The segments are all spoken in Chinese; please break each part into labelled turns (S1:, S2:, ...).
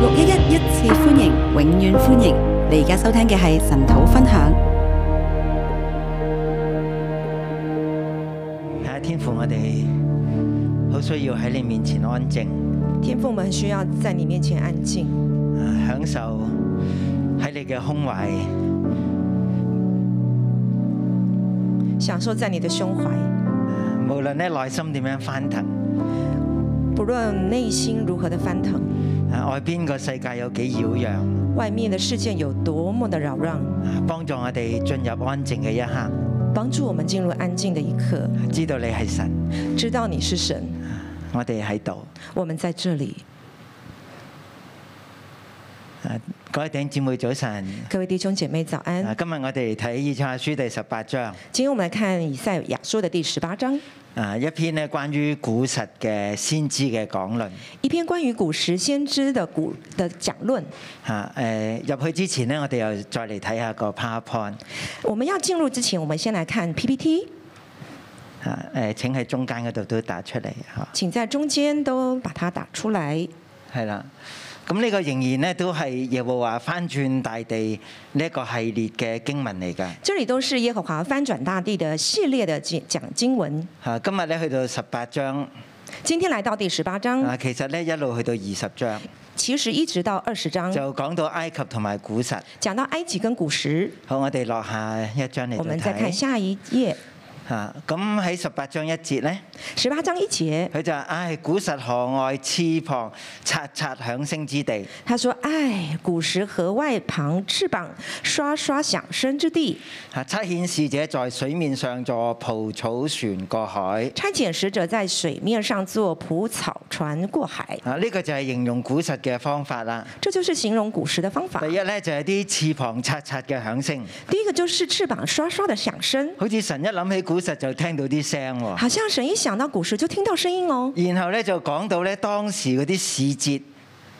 S1: 六一一一次歡迎，永遠歡迎！你而家收聽嘅係神土分享。
S2: 係啊，天父，我哋好需要喺你面前安靜，
S3: 天父们需要在你面前安静，
S2: 啊享受喺你嘅胸懷，
S3: 享受在你的胸怀。
S2: 無論咧內心點樣翻騰，
S3: 不论内心如何的翻腾，
S2: 啊外邊個世界有幾擾攘，
S3: 外面的世界有多么的擾攘，
S2: 啊幫助我哋進入安靜嘅一刻，
S3: 帮助我们进入安静的一刻，
S2: 知道你係神，
S3: 知道你是神，
S2: 我哋喺度。
S3: 我们在这里。
S2: 啊各位弟兄姊妹早晨，
S3: 各位弟兄姐妹早
S2: 啊
S3: 安。
S2: 今日我哋睇以賽亞書第十八章，
S3: 今天我们来看以赛亚书的第十八章，
S2: 啊一篇咧關於古實嘅先知嘅講論。
S3: 一篇关于古时先知的古的讲论。
S2: 嚇啊誒入去之前呢，我哋又再嚟睇下個 PowerPoint
S3: 我们要进入之前，我们先来看 PPT，
S2: 嚇誒，請啊呃喺中間嗰度都打出嚟嚇，
S3: 请在中间都把它打出来。
S2: 係啦。咁呢個仍然呢，都係耶和華翻轉大地呢一個系列嘅經文嚟㗎。
S3: 这里都是耶和华翻转大地的系列的讲讲经文。
S2: 嚇，啊今日咧去到十八章，
S3: 今天来到第十八章，
S2: 啊其實咧一路去到二十章，
S3: 其实一直到二十章，
S2: 就講到埃及同埋古實。
S3: 讲到埃及跟古时。
S2: 好，我哋落下一章嚟到
S3: 我们再看
S2: 睇。
S3: 下一页，
S2: 嚇，咁喺十八章一節咧，
S3: 十八章一节，
S2: 佢就話：唉，古實河外翅膀，刷刷響聲之地。
S3: 他说：“唉，古时河外旁翅膀刷刷响声之地，
S2: 啊！差遣使者在水面上坐蒲草船過海。
S3: 差遣使者在水面上坐蒲草船过海。
S2: 啊！呢、個就係形容古實嘅方法啦。”
S3: 这就是形容古时的方法
S2: 第。一呢，就係啲翅膀刷刷嘅響聲，
S3: 第一个就是翅膀刷刷的响声，
S2: 好似神一諗起古實就聽到啲聲喎。
S3: 好像神一想到古时就听到声音哦。
S2: 然後呢，就講到呢當時嗰啲使節。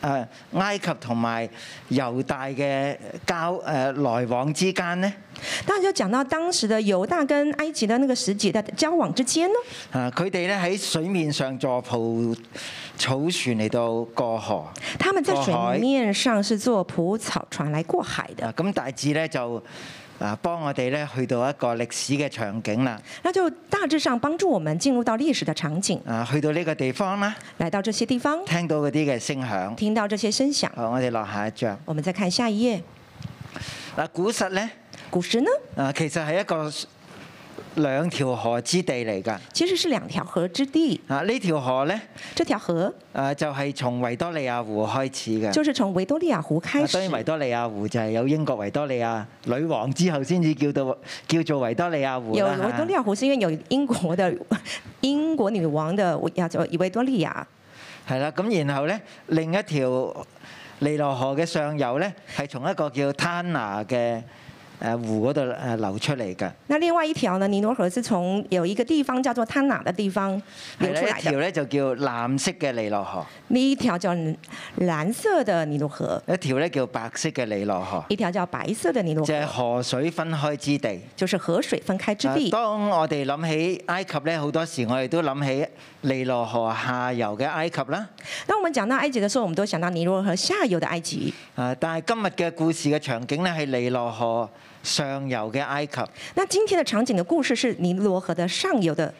S2: 誒埃及同埋猶大嘅交誒、呃來往之間呢，
S3: 当然就讲到当时的犹大跟埃及的那个时节的交往之间呢，
S2: 啊佢哋呢喺水面上坐蒲草船嚟到過河，
S3: 他们在
S2: 过
S3: 水
S2: 海
S3: 面上是坐蒲草船来过海的
S2: 啊，咁大致咧就啊幫我哋咧去到一個歷史嘅場景啦，
S3: 那就大致上幫助我們進入到歷史的場景，
S2: 啊去到呢個地方啦，
S3: 來到这些地方，
S2: 聽到嗰啲嘅聲響。
S3: 聽到這些聲響。
S2: 好，我哋落下一章。
S3: 我們再看下一頁，
S2: 嗱，古實咧
S3: 古時呢
S2: 啊，其實係一個兩條河之地嚟㗎。
S3: 其實是兩條河之地，
S2: 啊，呢條河咧
S3: 這條河
S2: 啊就係、從維多利亞湖開始嘅。
S3: 就是從維多利亞湖開
S2: 啊當然維
S3: 始。
S2: 多利亞湖就係有英國維多利亞女王之後先至叫到叫做維多利亞湖
S3: 有
S2: 啦
S3: 維多利亞湖是因為有英國的英國女王的叫做維多利亞，
S2: 係啦，咁然後咧，另一條尼羅河嘅上游咧，係從一個叫 Tana 嘅誒湖嗰度誒流出嚟嘅。
S3: 那另外一條呢，尼羅河是從有一個地方叫做湯拿的地方流
S2: 係啦，
S3: 出來
S2: 一條
S3: 的，
S2: 咧就叫藍色嘅尼羅河，
S3: 那一條叫藍色的尼羅河，
S2: 一條咧叫白色嘅尼羅河，
S3: 一條叫白色的尼羅
S2: 就係
S3: 河，
S2: 河水分開之地。
S3: 就是河水分開之
S2: 啊
S3: 地。
S2: 當我哋諗起埃及咧，好多時我哋都諗起尼羅河下游嘅埃及啦。
S3: 当我们讲到埃及的时候，我们都想到尼罗河下游的埃及。
S2: 啊，但係今日嘅故事嘅場景咧，係尼羅河上游嘅埃及。
S3: 那今天的场景的故事是尼罗河的上游的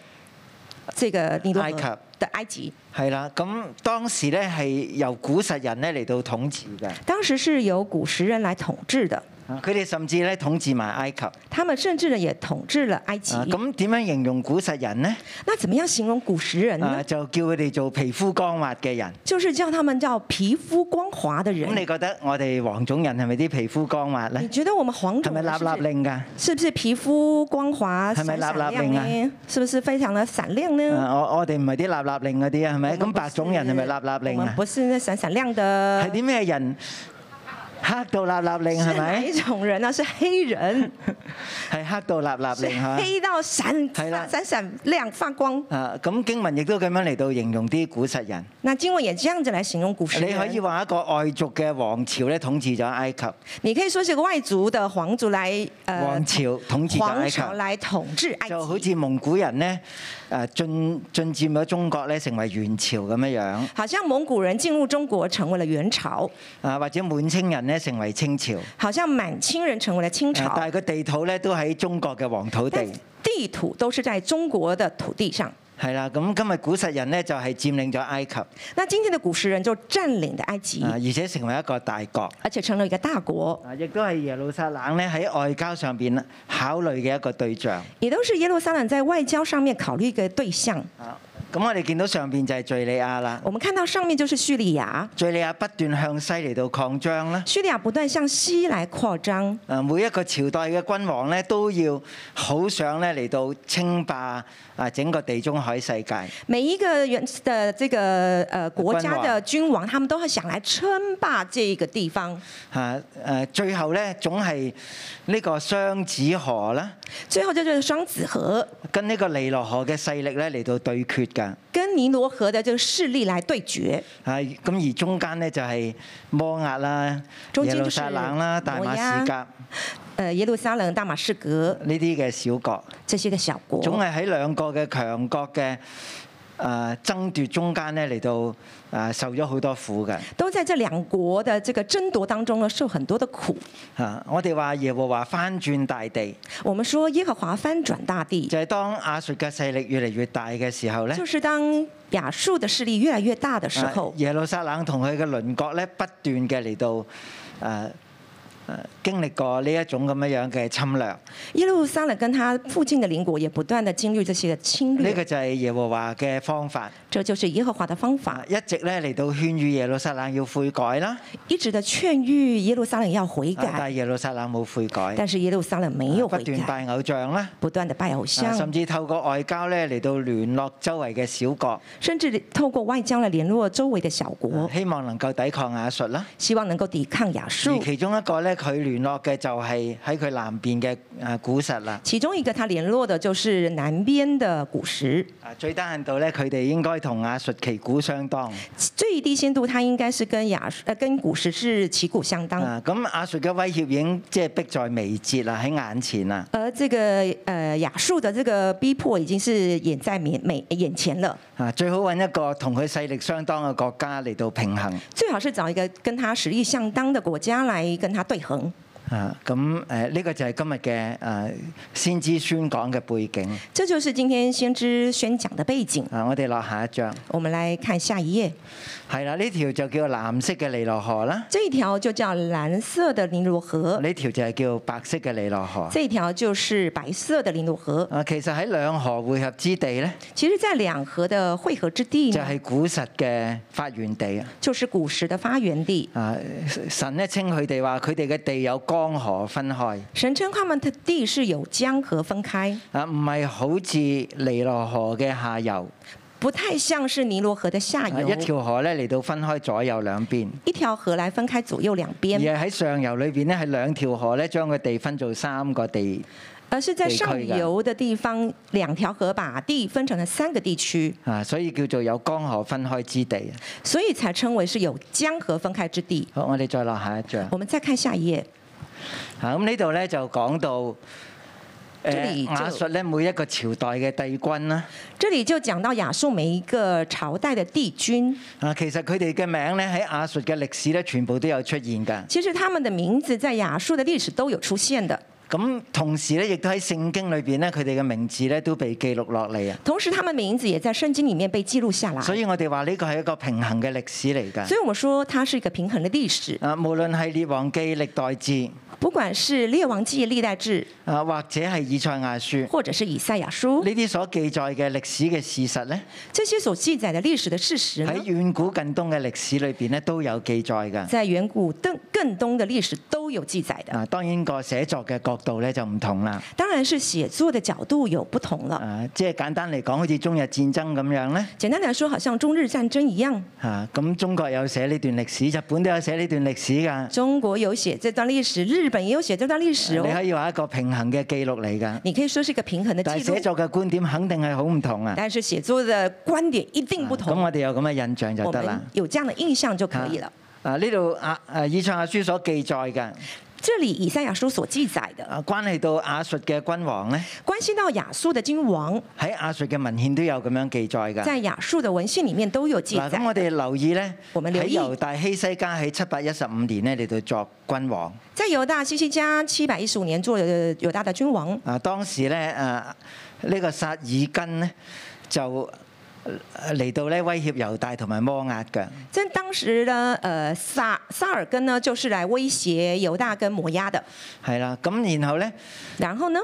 S3: 这个尼罗
S2: 埃及
S3: 河的埃及，
S2: 係啦，咁當時咧係由古實人咧嚟到統治嘅，
S3: 当时是由古时人来统治的，
S2: 啊佢哋甚至咧統治埋埃及。啊
S3: 他们甚至呢也统治了埃及。
S2: 咁點樣形容古實人呢？
S3: 那怎么样形容古时人呢？
S2: 啊，就叫佢哋做皮膚光滑嘅人。
S3: 就是叫他们叫皮肤光滑的
S2: 咁你
S3: 人。
S2: 覺得我哋黃種人係咪啲皮膚光滑
S3: 你
S2: 咧？
S3: 觉得我们黄
S2: 係
S3: 种
S2: 咪
S3: 人
S2: 立
S3: 是不
S2: 立
S3: 是
S2: 令㗎？
S3: 是不是皮肤光滑、
S2: 是不是
S3: 闪闪
S2: 立立
S3: 亮
S2: 令啊
S3: 呢？是不是非常的闪亮呢？
S2: 啊我我哋唔係啲立立令嗰啲啊，係咪？
S3: 我们
S2: 咁
S3: 不
S2: 白種
S3: 是
S2: 人係咪立立令
S3: 我
S2: 啊
S3: 们？不是那闪闪亮的
S2: 係。啲咩人？黑到立立令
S3: 是
S2: 係
S3: 哪
S2: 咪
S3: 一？種人呢？是黑人，
S2: 係黑到立立
S3: 是
S2: 令係咪？
S3: 黑到閃
S2: 係啦
S3: 閃閃閃亮發光。
S2: 啊，咁經文亦都咁樣嚟到形容啲古實人。
S3: 那经文也这样子来形容古時
S2: 你可以
S3: 人，
S2: 話一個外族嘅王朝咧統治咗埃及，
S3: 你可以说是個外族的皇族來，呃
S2: 王，朝統治咗
S3: 皇
S2: 埃
S3: 朝
S2: 及，
S3: 來統治埃
S2: 就好
S3: 及。
S2: 似蒙古人咧誒進進佔咗中國咧，成為元朝咁樣樣。
S3: 好像蒙古人進入中國成為了元朝，
S2: 啊，或者滿清人咧成為清朝，
S3: 好像滿清人成為了清
S2: 啊
S3: 朝
S2: 但係，個地土咧都喺中國嘅黃土地
S3: 但，地土都是在中國的土地上。
S2: 係啦。咁今日古實人咧就係佔領咗埃及，啊，
S3: 那今天的古時人就佔領的埃及，
S2: 而且成為一個大國，
S3: 而且成了一個大國，
S2: 啊，亦都係耶路撒冷咧喺外交上邊考慮嘅一個對象。
S3: 也都是耶路撒冷在外交上面考慮一個對象。
S2: 啊，咁我哋見到上邊就係敍利亞啦，
S3: 我們看到上面就是敘利亞，
S2: 敍利亞不斷向西嚟到擴張啦。
S3: 敘利亞不斷向西來擴張，
S2: 啊，每一個朝代嘅君王咧都要好想咧嚟到稱霸啊整個地中海世界。
S3: 每一個原的這個呃國家的君王，他們都很想來稱霸這個地方。
S2: 嚇誒，最後咧總係呢個雙子河啦，
S3: 最後就是雙子河
S2: 跟呢個尼羅河嘅勢力咧嚟到對決㗎。
S3: 跟尼羅河的這個勢力來對決，
S2: 啊，咁而中間咧就係摩押啦、
S3: 中
S2: 耶
S3: 間就
S2: 路
S3: 是
S2: 撒冷啦、大馬
S3: 摩
S2: 士
S3: 押
S2: 革
S3: 呃，耶路撒冷、大馬士革
S2: 呢啲嘅小國，
S3: 這些個小
S2: 總
S3: 國，
S2: 係喺兩個嘅強國嘅誒爭奪中間咧嚟到誒受咗好多苦嘅。
S3: 都在這兩國的這個爭奪當中呢，受很多的苦。
S2: 啊！我哋話耶和華翻轉大地，
S3: 我們說耶和華翻轉大地，
S2: 就係、當亞述嘅勢力越嚟越大嘅時候咧，
S3: 就是當亞述的勢力越來越大的時
S2: 啊
S3: 候，
S2: 耶路撒冷同佢嘅鄰國咧不斷嘅嚟到誒誒、呃經歷過呢一種咁樣樣嘅侵略，呢、
S3: 耶路撒冷跟他附近的鄰國也不斷的經歷這些的侵略，
S2: 個就係耶和華嘅方法，
S3: 這就是耶和華的方
S2: 啊
S3: 法，
S2: 一直咧嚟到勸喻耶路撒冷要悔改啦，
S3: 一直的勸喻耶路撒冷要悔
S2: 啊但係
S3: 改，
S2: 耶路撒冷冇悔改，
S3: 但是耶路撒冷沒有
S2: 啊不
S3: 悔
S2: 斷
S3: 改，
S2: 拜偶像啦。
S3: 不斷的拜偶
S2: 啊甚
S3: 像，
S2: 至透過外交咧嚟到聯絡周圍嘅小國，
S3: 甚至透過外交來聯絡周圍的小國
S2: 啊。希望能夠抵抗亞述啦。
S3: 希望能夠抵抗亞
S2: 而
S3: 述。
S2: 其中一個咧，佢聯絡嘅就係喺佢南邊嘅誒古實啦。
S3: 其中一個他聯絡的就是南邊的古時，
S2: 啊，最低限度咧，佢哋應該同亞述旗鼓相當。
S3: 最低限度它應該是跟亞述呃跟古時是旗鼓相當。
S2: 啊，咁亞述嘅威脅已經即係迫在眉睫啦，喺眼前啦。
S3: 而這個呃亞述的這個逼迫已經是眼在眼美眼前了，
S2: 啊，最好揾一個同佢勢力相當嘅國家嚟到平衡。
S3: 最好是找一個跟他實力相當的國家來跟他對衡。
S2: 啊，咁誒呢個就係今日嘅誒先知宣講嘅背景。
S3: 這就是今天先知宣講的背景。
S2: 啊，我哋落下一章。
S3: 我們來看下一頁，
S2: 係啦，呢條就叫藍色嘅尼羅河啦，
S3: 這一條就叫藍色的尼羅河，
S2: 呢條就係叫白色嘅尼羅河。
S3: 這一條就是白色的尼羅河。
S2: 啊，其實喺兩河匯合之地咧。
S3: 其實，在兩河的匯合之地呢
S2: 就係古實嘅發源地啊！
S3: 就是古時的发源地。
S2: 啊，神咧稱佢哋話，佢哋嘅地有江河分開，
S3: 神稱他們的地是有江河分開，
S2: 啊，唔係好似尼羅河嘅下游，
S3: 不太像是尼羅河的下
S2: 啊
S3: 游，
S2: 一條河咧嚟到分開左右兩邊，
S3: 一條河來分開左右兩
S2: 而
S3: 邊，
S2: 係喺上游裏邊咧係兩條河咧將個地分做三個地
S3: 而是在
S2: 地區
S3: 上
S2: 的
S3: 游的地方，兩條河把地分成了三個地區，
S2: 啊，所以叫做有江河分開之地。
S3: 所以才稱為是有江河分開之地。
S2: 好，我哋再落下一章。
S3: 我們再看下一頁，
S2: 啊，咁呢度咧就講到誒
S3: 這裡就
S2: 亞述咧每一個朝代嘅帝君啦。
S3: 這裡就講到亞述每一個朝代的帝君，
S2: 啊，其實佢哋嘅名咧喺亞述嘅歷史咧，全部都有出現㗎。
S3: 其實他們的名字在亞述的歷史都有出現的。
S2: 咁同時咧，亦都喺聖經裏邊咧，佢哋嘅名字咧都被記錄落嚟啊。
S3: 同時，他們名字也在聖經裡面被記錄下來。
S2: 所以我哋話呢個係一個平衡嘅歷史嚟㗎
S3: 啊所。以我說它是一個平衡的歷史，
S2: 啊，無論係列王記、歷代志，
S3: 不管是列王記、歷代志，
S2: 啊或者係以賽亞書，呢
S3: 或者是以賽亞書，
S2: 啲所記載嘅歷史嘅事實咧，
S3: 這些所記載的歷史的事
S2: 喺
S3: 實呢，
S2: 遠古近東嘅歷史裏邊咧都有記載㗎。
S3: 在遠古更更正东的历史都有記載的。
S2: 啊，當然個寫作嘅角度咧就唔同啦。
S3: 當然是寫作的角度有不同了。
S2: 啊，即係簡單嚟講，好似中日戰爭咁樣咧。
S3: 簡單來說，好像中日戰爭一樣，
S2: 啊，咁中國有寫呢段歷史，日本都有寫呢段歷史㗎。
S3: 中國有寫這段歷史，日本也有寫這段歷史
S2: 啊你可
S3: 哦。
S2: 以話一個平衡嘅記錄嚟㗎。
S3: 你可以說是一個平衡的記
S2: 但係寫
S3: 錄，
S2: 作嘅觀點肯定係好唔同啊。
S3: 但是寫作的觀點一定不
S2: 咁
S3: 同。
S2: 我哋有咁嘅印象就
S3: 我
S2: 得啦
S3: 們。有這樣的印象就可以了。
S2: 啊，呢度啊啊，以賽亞書所記載嘅
S3: 這裡以賽亞書所記載的，
S2: 啊，關係到亞述嘅君王咧，
S3: 關係到亞述的君王，
S2: 喺亞述嘅文獻都有咁樣記載㗎。
S3: 在亞述的文獻裡面都有記
S2: 嗱，咁
S3: 載。
S2: 啊我哋留意咧，
S3: 我們留
S2: 喺
S3: 意
S2: 猶大希西家喺七百一十五年咧嚟到作君王。
S3: 在猶大西西家七百一十五年做了猶大的君王，
S2: 啊，當時咧誒呢、個撒爾根咧就呃嚟到咧威脅猶大同埋摩押嘅。
S3: 在當時呢，呃，撒撒爾根呢就是來威脅猶大跟摩押的。
S2: 係啦，咁然後咧
S3: 然後呢，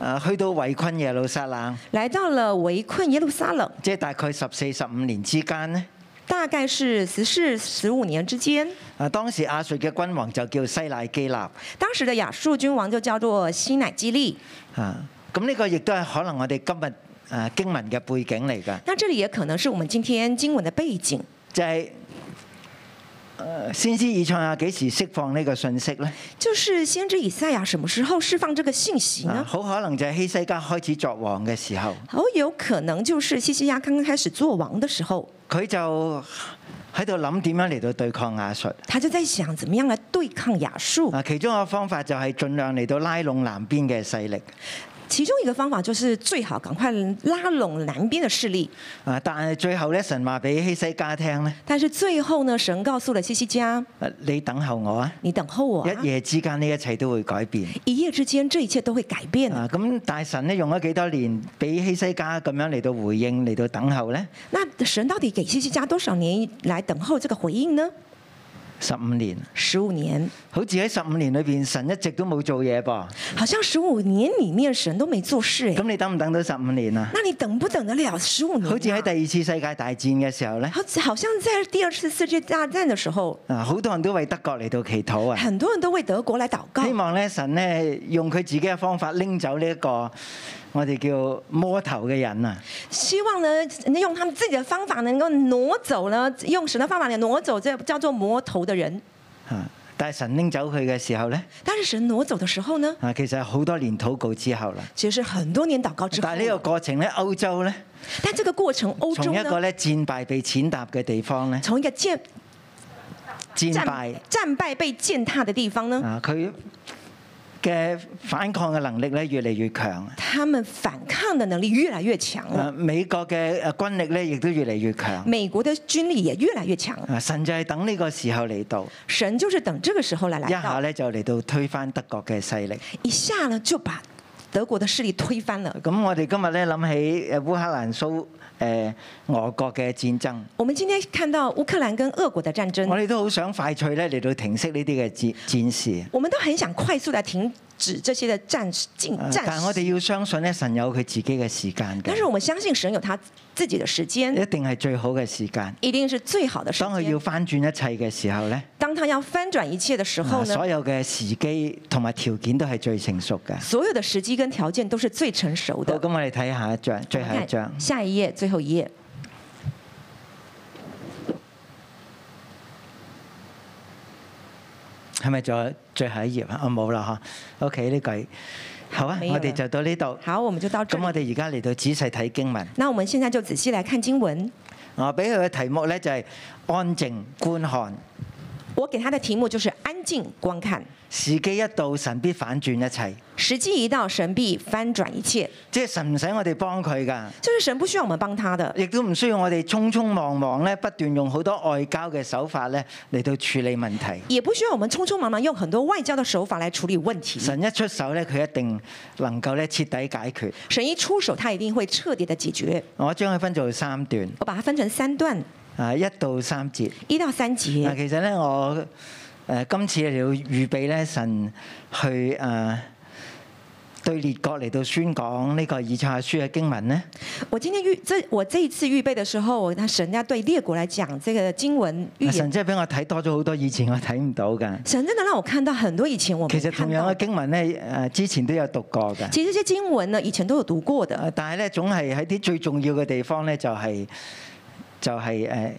S2: 誒、啊去到圍困耶路撒冷，
S3: 來到了圍困耶路撒冷，
S2: 即係大概十四十五年之間咧。
S3: 大概是十四十五年之間。
S2: 啊，當時亞述嘅君王就叫西乃基立啊，
S3: 當時的亞述君王就叫做西乃基利。
S2: 啊咁呢個亦都係可能我哋今日誒經文嘅背景嚟㗎，
S3: 那這裡也可能是我們今天經文的背景。
S2: 就係、呃先知以賽亞幾時釋放呢個信息呢？
S3: 就是先知以賽亞什麼時候釋放這個信息
S2: 啊
S3: 呢？
S2: 好、可能就係希西家開始作王嘅時候，
S3: 好有可能就是西西亞剛剛開始做王的時候，
S2: 佢就喺度諗點樣嚟到對抗亞述。
S3: 他就在想怎麼樣來對抗亞述。
S2: 啊，其中一個方法就係盡量嚟到拉攏南邊嘅勢力。
S3: 其中一個方法就是最好趕快拉攏南邊的勢力。
S2: 啊，但係最後咧，神話俾希西家聽咧，
S3: 但是最後呢，神告訴了西西家
S2: 啊你等候我啊！：“
S3: 你等候我、啊。”
S2: 一夜之間呢一切都會改變。
S3: 一夜之間，這一切都會改變的。
S2: 啊，咁大神咧用咗幾多年，俾希西家咁樣嚟到回應，嚟到等候咧？
S3: 那神到底給西西家多少年來等候這個回應呢？
S2: 十五年，
S3: 十五年，
S2: 好似喺十五年裏邊，神一直都冇做嘢噃。
S3: 好像十五年裡面神都沒做事哎
S2: 咁。你等唔等到十五年啊？
S3: 那你等不等得了十五年、啊？
S2: 好似喺第二次世界大戰嘅時候咧，
S3: 好似好像在第二次世界大戰的時候，
S2: 啊，好多人都為德國嚟到祈禱啊，
S3: 很多人都為德國來禱告
S2: 希，望咧神咧用佢自己嘅方法拎走呢一個我哋叫魔頭嘅人啊。
S3: 希望呢用他們自己的方法能夠挪走呢，用神的方法來挪走這叫做魔頭的人。
S2: 啊，但係神拎走佢嘅時候咧，
S3: 但是神挪走的時候呢，
S2: 啊，其實係好多年禱告之後啦。
S3: 其實是很多年禱告之後
S2: 但係呢個
S3: 了，
S2: 過程咧，歐洲咧。
S3: 但這個過程歐洲
S2: 從一個
S3: 呢，
S2: 咧戰敗被踐踏嘅地方咧，
S3: 從一個戰
S2: 戰敗
S3: 戰戰敗被踐踏的地方呢，
S2: 啊，佢嘅反抗嘅能力咧越嚟越強。
S3: 他們反抗的能力越來越強了，
S2: 啊，美國嘅誒軍力咧亦都越嚟越強。
S3: 美國的軍力也越來越強。
S2: 啊，神就係等呢個時候嚟到，
S3: 神就是等這個時候來
S2: 一
S3: 來
S2: 下
S3: 到，
S2: 咧就嚟到推翻德國嘅勢力。
S3: 一下呢就把德國的勢力推翻了。
S2: 咁我哋今日咧諗起呃誒烏克蘭蘇誒俄國嘅戰爭，
S3: 我們今天看到烏克蘭跟俄國的戰
S2: 我
S3: 爭，
S2: 哋都好想快脆咧嚟到停息呢啲嘅戰戰事。
S3: 我們都很想快速的停止這些的戰事進
S2: 啊
S3: 戰
S2: 但係我
S3: 事，
S2: 哋要相信咧，神有佢自己嘅時間
S3: 但是
S2: 嘅，
S3: 我們相信神有他自己的時間，
S2: 一定係最好嘅時間。
S3: 一定是最好的時
S2: 當佢要
S3: 間。
S2: 翻轉一切嘅時候咧，
S3: 當他要翻轉一切的時候
S2: 啊
S3: 呢
S2: 所，有嘅時機同埋條件都係最成熟嘅。
S3: 所有的時機跟條件都是最成熟
S2: 好，
S3: 的。
S2: 咁我哋睇下一張，最後一張
S3: 看。下一頁，最後一頁。
S2: 係咪仲有最後一頁啊？我冇啦嚇。OK，呢句好啊，
S3: 沒有
S2: 我哋
S3: 啦
S2: 就到呢度。
S3: 好，我們就到這
S2: 咁我
S3: 裡。
S2: 哋而家嚟到仔細睇經文。
S3: 那我們現在就仔細來看經文。
S2: 我俾佢嘅題目咧就係安靜觀看，
S3: 我給他的題目就是安靜觀看，
S2: 時機一到，神必反轉一切。
S3: 時機一到，神必翻轉一切。
S2: 即係神唔使我哋幫佢㗎，
S3: 就是神不需要我們幫他的，
S2: 亦都唔需要我哋匆匆忙忙咧不斷用好多外交嘅手法咧嚟到處理問題。
S3: 也不需要我們匆匆忙忙用很多外交的手法來處理問題。
S2: 神一出手咧，佢一定能夠咧徹底解決。
S3: 神一出手，他一定會徹底的解決。
S2: 我將佢分做三段，
S3: 我把它分成三段，
S2: 啊一到三節。
S3: 一到三
S2: 嗱，
S3: 節。
S2: 其實咧我誒、呃今次嚟到預備咧神去誒、呃對列國嚟到宣講呢個以賽亞書嘅經文呢，
S3: 我今天预这我这一次预备的时候，我那神要对列国来讲这个经文预言，
S2: 啊神真係俾我睇多咗好多以前我睇唔到嘅。
S3: 神真的让我看到很多以前我
S2: 其
S3: 们
S2: 實
S3: 看
S2: 同
S3: 到
S2: 樣
S3: 的
S2: 嘅。經文呢，誒之前都有讀過嘅。
S3: 其实这些经文呢，以前都有读过的，
S2: 誒但係咧，總係喺啲最重要嘅地方咧，就係、就係、誒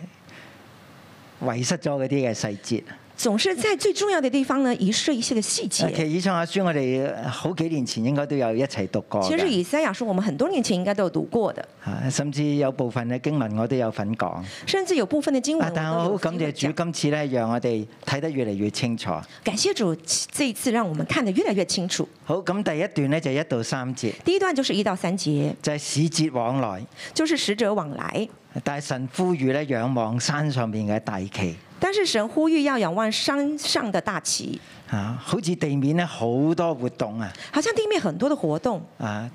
S2: 遺失咗嗰啲嘅細節。
S3: 总是在最重要的地方呢遗失一些的细
S2: 啊其實
S3: 节。
S2: 以上亞書我哋呃好幾年前應該都有一齊讀過
S3: 其实
S2: 嘅，
S3: 以赛亚书我们很多年前应该都有读过的，
S2: 啊甚至有部分嘅經文我都有份講。
S3: 甚至有部分的经文
S2: 啊
S3: 我都
S2: 但係我好
S3: 有
S2: 感謝
S3: 机
S2: 主，
S3: 会讲。
S2: 今次咧讓我哋睇得越嚟越清楚。
S3: 感谢主，这一次让我们看得越来越清楚。
S2: 好，咁第一段咧就一到三節，
S3: 第一段就是一到三节，
S2: 就係、使節往來，
S3: 就是使者往来。
S2: 但係神呼籲咧仰望山上邊嘅大旗。
S3: 但是神呼吁要仰望山上的大旗，
S2: 啊，好似地面咧好多活動啊！
S3: 好像地面很多的活动，
S2: 啊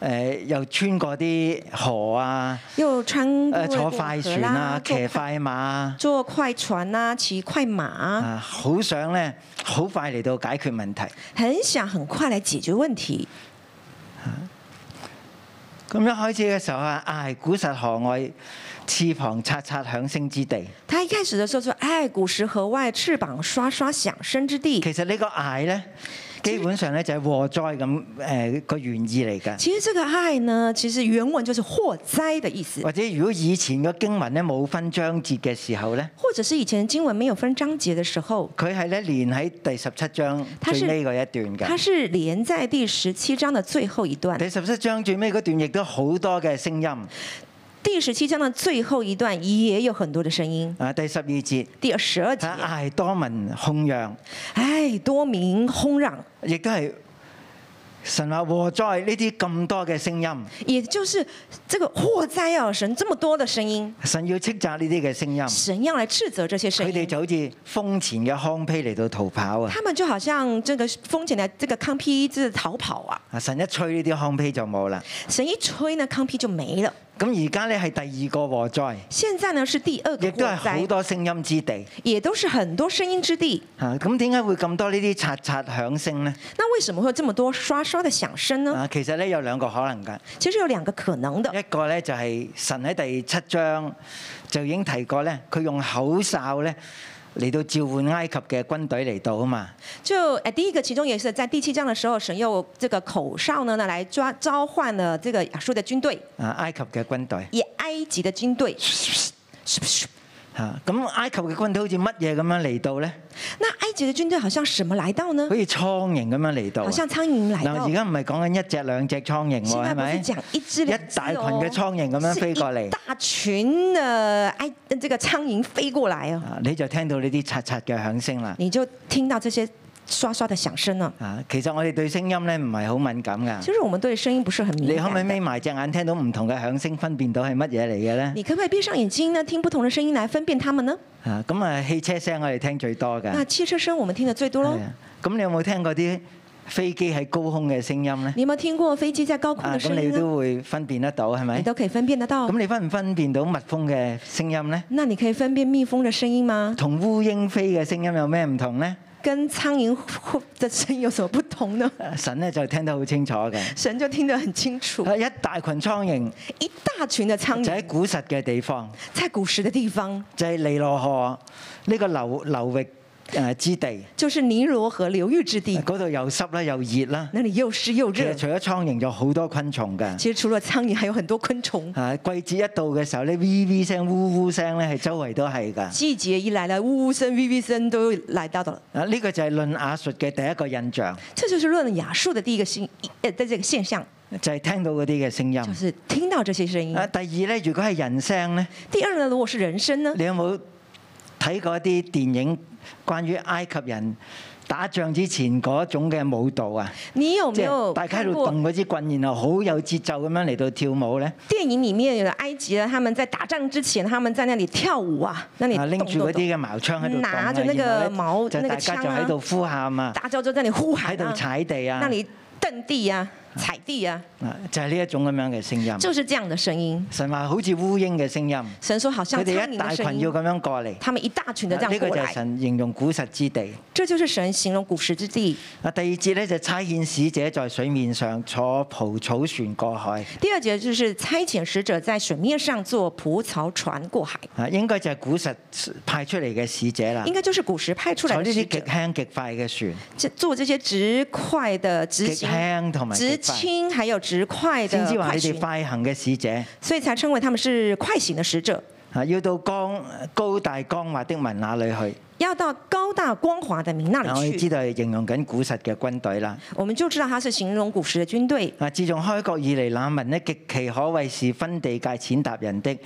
S2: 誒、又穿過啲河啊，
S3: 又穿
S2: 誒、
S3: 越
S2: 呃坐
S3: 过
S2: 快
S3: 河
S2: 船啊，
S3: 啦，
S2: 騎
S3: 坐快
S2: 快馬啊，
S3: 坐快船啊，骑快马，
S2: 啊好、想咧好快嚟到解決問題。
S3: 很想很快来解决问题。
S2: 咁一開始嘅時候啊，唉，古實河外翅膀刷刷響聲之地。
S3: 他一开始的时候说：“哎，古时河外翅膀刷刷响，生之地。
S2: 其實呢個嗌咧，基本上咧就係禍災咁誒個原意嚟”㗎。
S3: 其实这个“爱”呢，其实原文就是祸灾的意思，
S2: 或者如果以前嘅經文咧冇分章節嘅時候咧，
S3: 或者是以前經文没有分章节的时候，
S2: 佢係咧連喺第十七章
S3: 它
S2: 最
S3: 是
S2: 尾嗰一段
S3: 它
S2: 㗎。
S3: 是连在第十七章的最后一段。
S2: 第十七章最尾嗰段亦都好多嘅聲音。
S3: 第十七章的最后一段也有很多的声音。
S2: 啊，第十二節。
S3: 第十二节，
S2: 睇艾多文控揚，
S3: 哎，多民轰嚷，
S2: 亦都係神話禍災呢啲咁多嘅聲音，
S3: 也就是这个祸灾啊，神这么多的声音，
S2: 神要斥責呢啲嘅聲音，
S3: 神要来斥责这些声
S2: 佢哋
S3: 音。
S2: 就好似風前嘅糠秕嚟到逃跑啊！
S3: 他们就好像这个风景的这个康批就是逃跑啊，
S2: 啊，神一吹呢啲糠秕就冇啦。
S3: 神一吹呢，康批就沒了。
S2: 咁而家咧係第二個禍災，
S3: 现在呢是第二
S2: 亦
S3: 个
S2: 都係
S3: 祸
S2: 好
S3: 灾，
S2: 多聲音之地
S3: 也都是很多声音之地。
S2: 啊！咁點解會咁多呢啲刷刷響聲呢？
S3: 那為什么会有这么多刷刷的响声呢？
S2: 啊，其實咧有兩個可能㗎，
S3: 其实有两个可能的，
S2: 一個咧就係神喺第七章就已經提過咧，佢用口哨咧嚟到召喚埃及嘅軍隊嚟到啊嘛。
S3: 就呃第一个，其中也是在第七章的时候，神用这个口哨呢，那来抓召唤了这个亚述的军队，
S2: 啊埃及嘅軍隊
S3: 也埃及的军队。
S2: 嚇，咁埃及嘅軍隊好似乜嘢咁樣嚟到呢？
S3: 那埃及的军队好像什么来到呢
S2: 好？似蒼蠅咁樣嚟到啊。
S3: 好像苍蝇来
S2: 嗱，
S3: 到
S2: 而。家唔係講緊一隻兩隻蒼蠅
S3: 现
S2: 喎，
S3: 在
S2: 係
S3: 不
S2: 咪
S3: 是？讲一只
S2: 一
S3: 两只
S2: 大群
S3: 哦
S2: 嘅蒼蠅咁樣
S3: 是
S2: 飛過
S3: 一
S2: 嚟，
S3: 大群的埃这个苍蝇飞过来哦，
S2: 啊你就聽到呢啲刷刷嘅響聲啦。
S3: 你就聽到这些刷刷的响声了。
S2: 啊，其實我哋對聲音呢唔係好敏感
S3: 其
S2: 㗎。
S3: 实我們對聲音不是很敏
S2: 你可唔可以
S3: 感的。
S2: 眯埋隻眼聽到唔同嘅響聲，分辨到係乜嘢嚟嘅呢？
S3: 你可不可以閉上眼睛呢，聽不同的聲音來分辨它們呢？
S2: 啊，咁啊，汽車聲我哋聽最多㗎。
S3: 那汽車聲我們聽得最多咯
S2: 係。啊咁你有冇聽過啲飛機喺高空嘅聲音呢？
S3: 你有沒有聽過飛機在高空
S2: 啊，
S3: 的
S2: 咁
S3: 聲
S2: 你
S3: 音呢？
S2: 都哎會分辨得到係咪
S3: 你？都可以分辨得到
S2: 咁。你分唔分辨到蜜蜂嘅聲音呢？
S3: 那你可以分辨蜜蜂的聲音嗎？
S2: 同烏蠅飛嘅聲音有咩唔同呢？
S3: 跟蒼蠅呼的聲音有什麼不同呢？
S2: 啊神咧就聽得好清楚嘅。
S3: 神就聽得很清楚。
S2: 啊一大群蒼蠅
S3: 一大群的蒼
S2: 就
S3: 蠅
S2: 喺古實嘅地方，
S3: 在古時的地方，
S2: 就係、尼羅河呢個流流域誒之地，
S3: 就是尼羅河流域之地，
S2: 嗰度又濕啦又熱啦。
S3: 那裡又濕又
S2: 其
S3: 熱
S2: 實。除咗蒼蠅，有好多昆蟲㗎。
S3: 其實除了蒼蠅，還有很多昆蟲。
S2: 啊，季節一到嘅時候咧，嗚嗚聲、嗚嗚聲咧，係周圍都係㗎。
S3: 季節一來了，呜呜聲、v v 聲都來到了。
S2: 啊，呢、個就係論雅術嘅第一個印象，
S3: 这就是论雅述的第一個現，呃，的这個現象，
S2: 就係、聽到嗰啲嘅聲音。
S3: 就是聽到這些聲音。
S2: 啊，第二咧，如果係人聲咧。
S3: 第二呢，如果是人聲呢，
S2: 你有冇睇過一啲電影關於埃及人打仗之前嗰種嘅舞蹈啊？
S3: 你有
S2: 即
S3: 沒有
S2: 係大家喺
S3: 看
S2: 度
S3: 過
S2: 掟嗰支棍，然後好有節奏咁樣嚟到跳舞咧，
S3: 電影裡面有的埃及人，他們在打仗之前，他們在那裡跳舞啊，那裡
S2: 啊拎
S3: 動
S2: 住嗰
S3: 動動
S2: 啲嘅矛槍喺度
S3: 拿住
S2: 掟
S3: 那
S2: 啊，
S3: 個
S2: 然後
S3: 矛
S2: 咧就
S3: 那個
S2: 大家
S3: 槍
S2: 就
S3: 啊
S2: 喺度呼喊啊，
S3: 大家就在那裡呼
S2: 喺
S3: 喊
S2: 度
S3: 啊，
S2: 踩地啊
S3: 那，裡蹬地啊，踩地啊，
S2: 啊就係呢一種咁樣嘅聲音。
S3: 就是這樣的聲音。
S2: 神話好似烏蠅嘅聲音，
S3: 神說好像
S2: 佢
S3: 蒼
S2: 哋
S3: 蠅
S2: 一
S3: 的
S2: 大
S3: 聲
S2: 群要
S3: 音，
S2: 咁樣過嚟。
S3: 他們一大群的這
S2: 啊呢
S3: 樣
S2: 個
S3: 過
S2: 就係
S3: 來。
S2: 神形容古實之地。
S3: 這就是神形容古時之地。
S2: 啊，第二節咧就差遣使者在水面上坐蒲草船過海。
S3: 第二節就是差遣使者在水面上坐蒲草船過海，
S2: 啊，應該就係古實派出嚟嘅使者啦
S3: 應。該就是古時派出
S2: 坐
S3: 來
S2: 啊呢
S3: 的使
S2: 啲極
S3: 者，
S2: 輕極快嘅船，
S3: 這做這些直快的執
S2: 極
S3: 行、
S2: 輕同埋極
S3: 直
S2: 快，
S3: 清還有直快
S2: 先
S3: 的
S2: 知話
S3: 快
S2: 你哋
S3: 行，
S2: 快行嘅使者。
S3: 所以才稱為他們是快行的使者，
S2: 啊，要到江高大光滑的民那裏去。
S3: 要到高大光滑的民那
S2: 啊我
S3: 裡
S2: 哋知
S3: 去。
S2: 道係形容緊古實嘅軍隊啦。
S3: 我們就知道他是形容古時的軍隊。
S2: 啊！自從開國以嚟，那民呢極其可謂是分地界踐踏人的，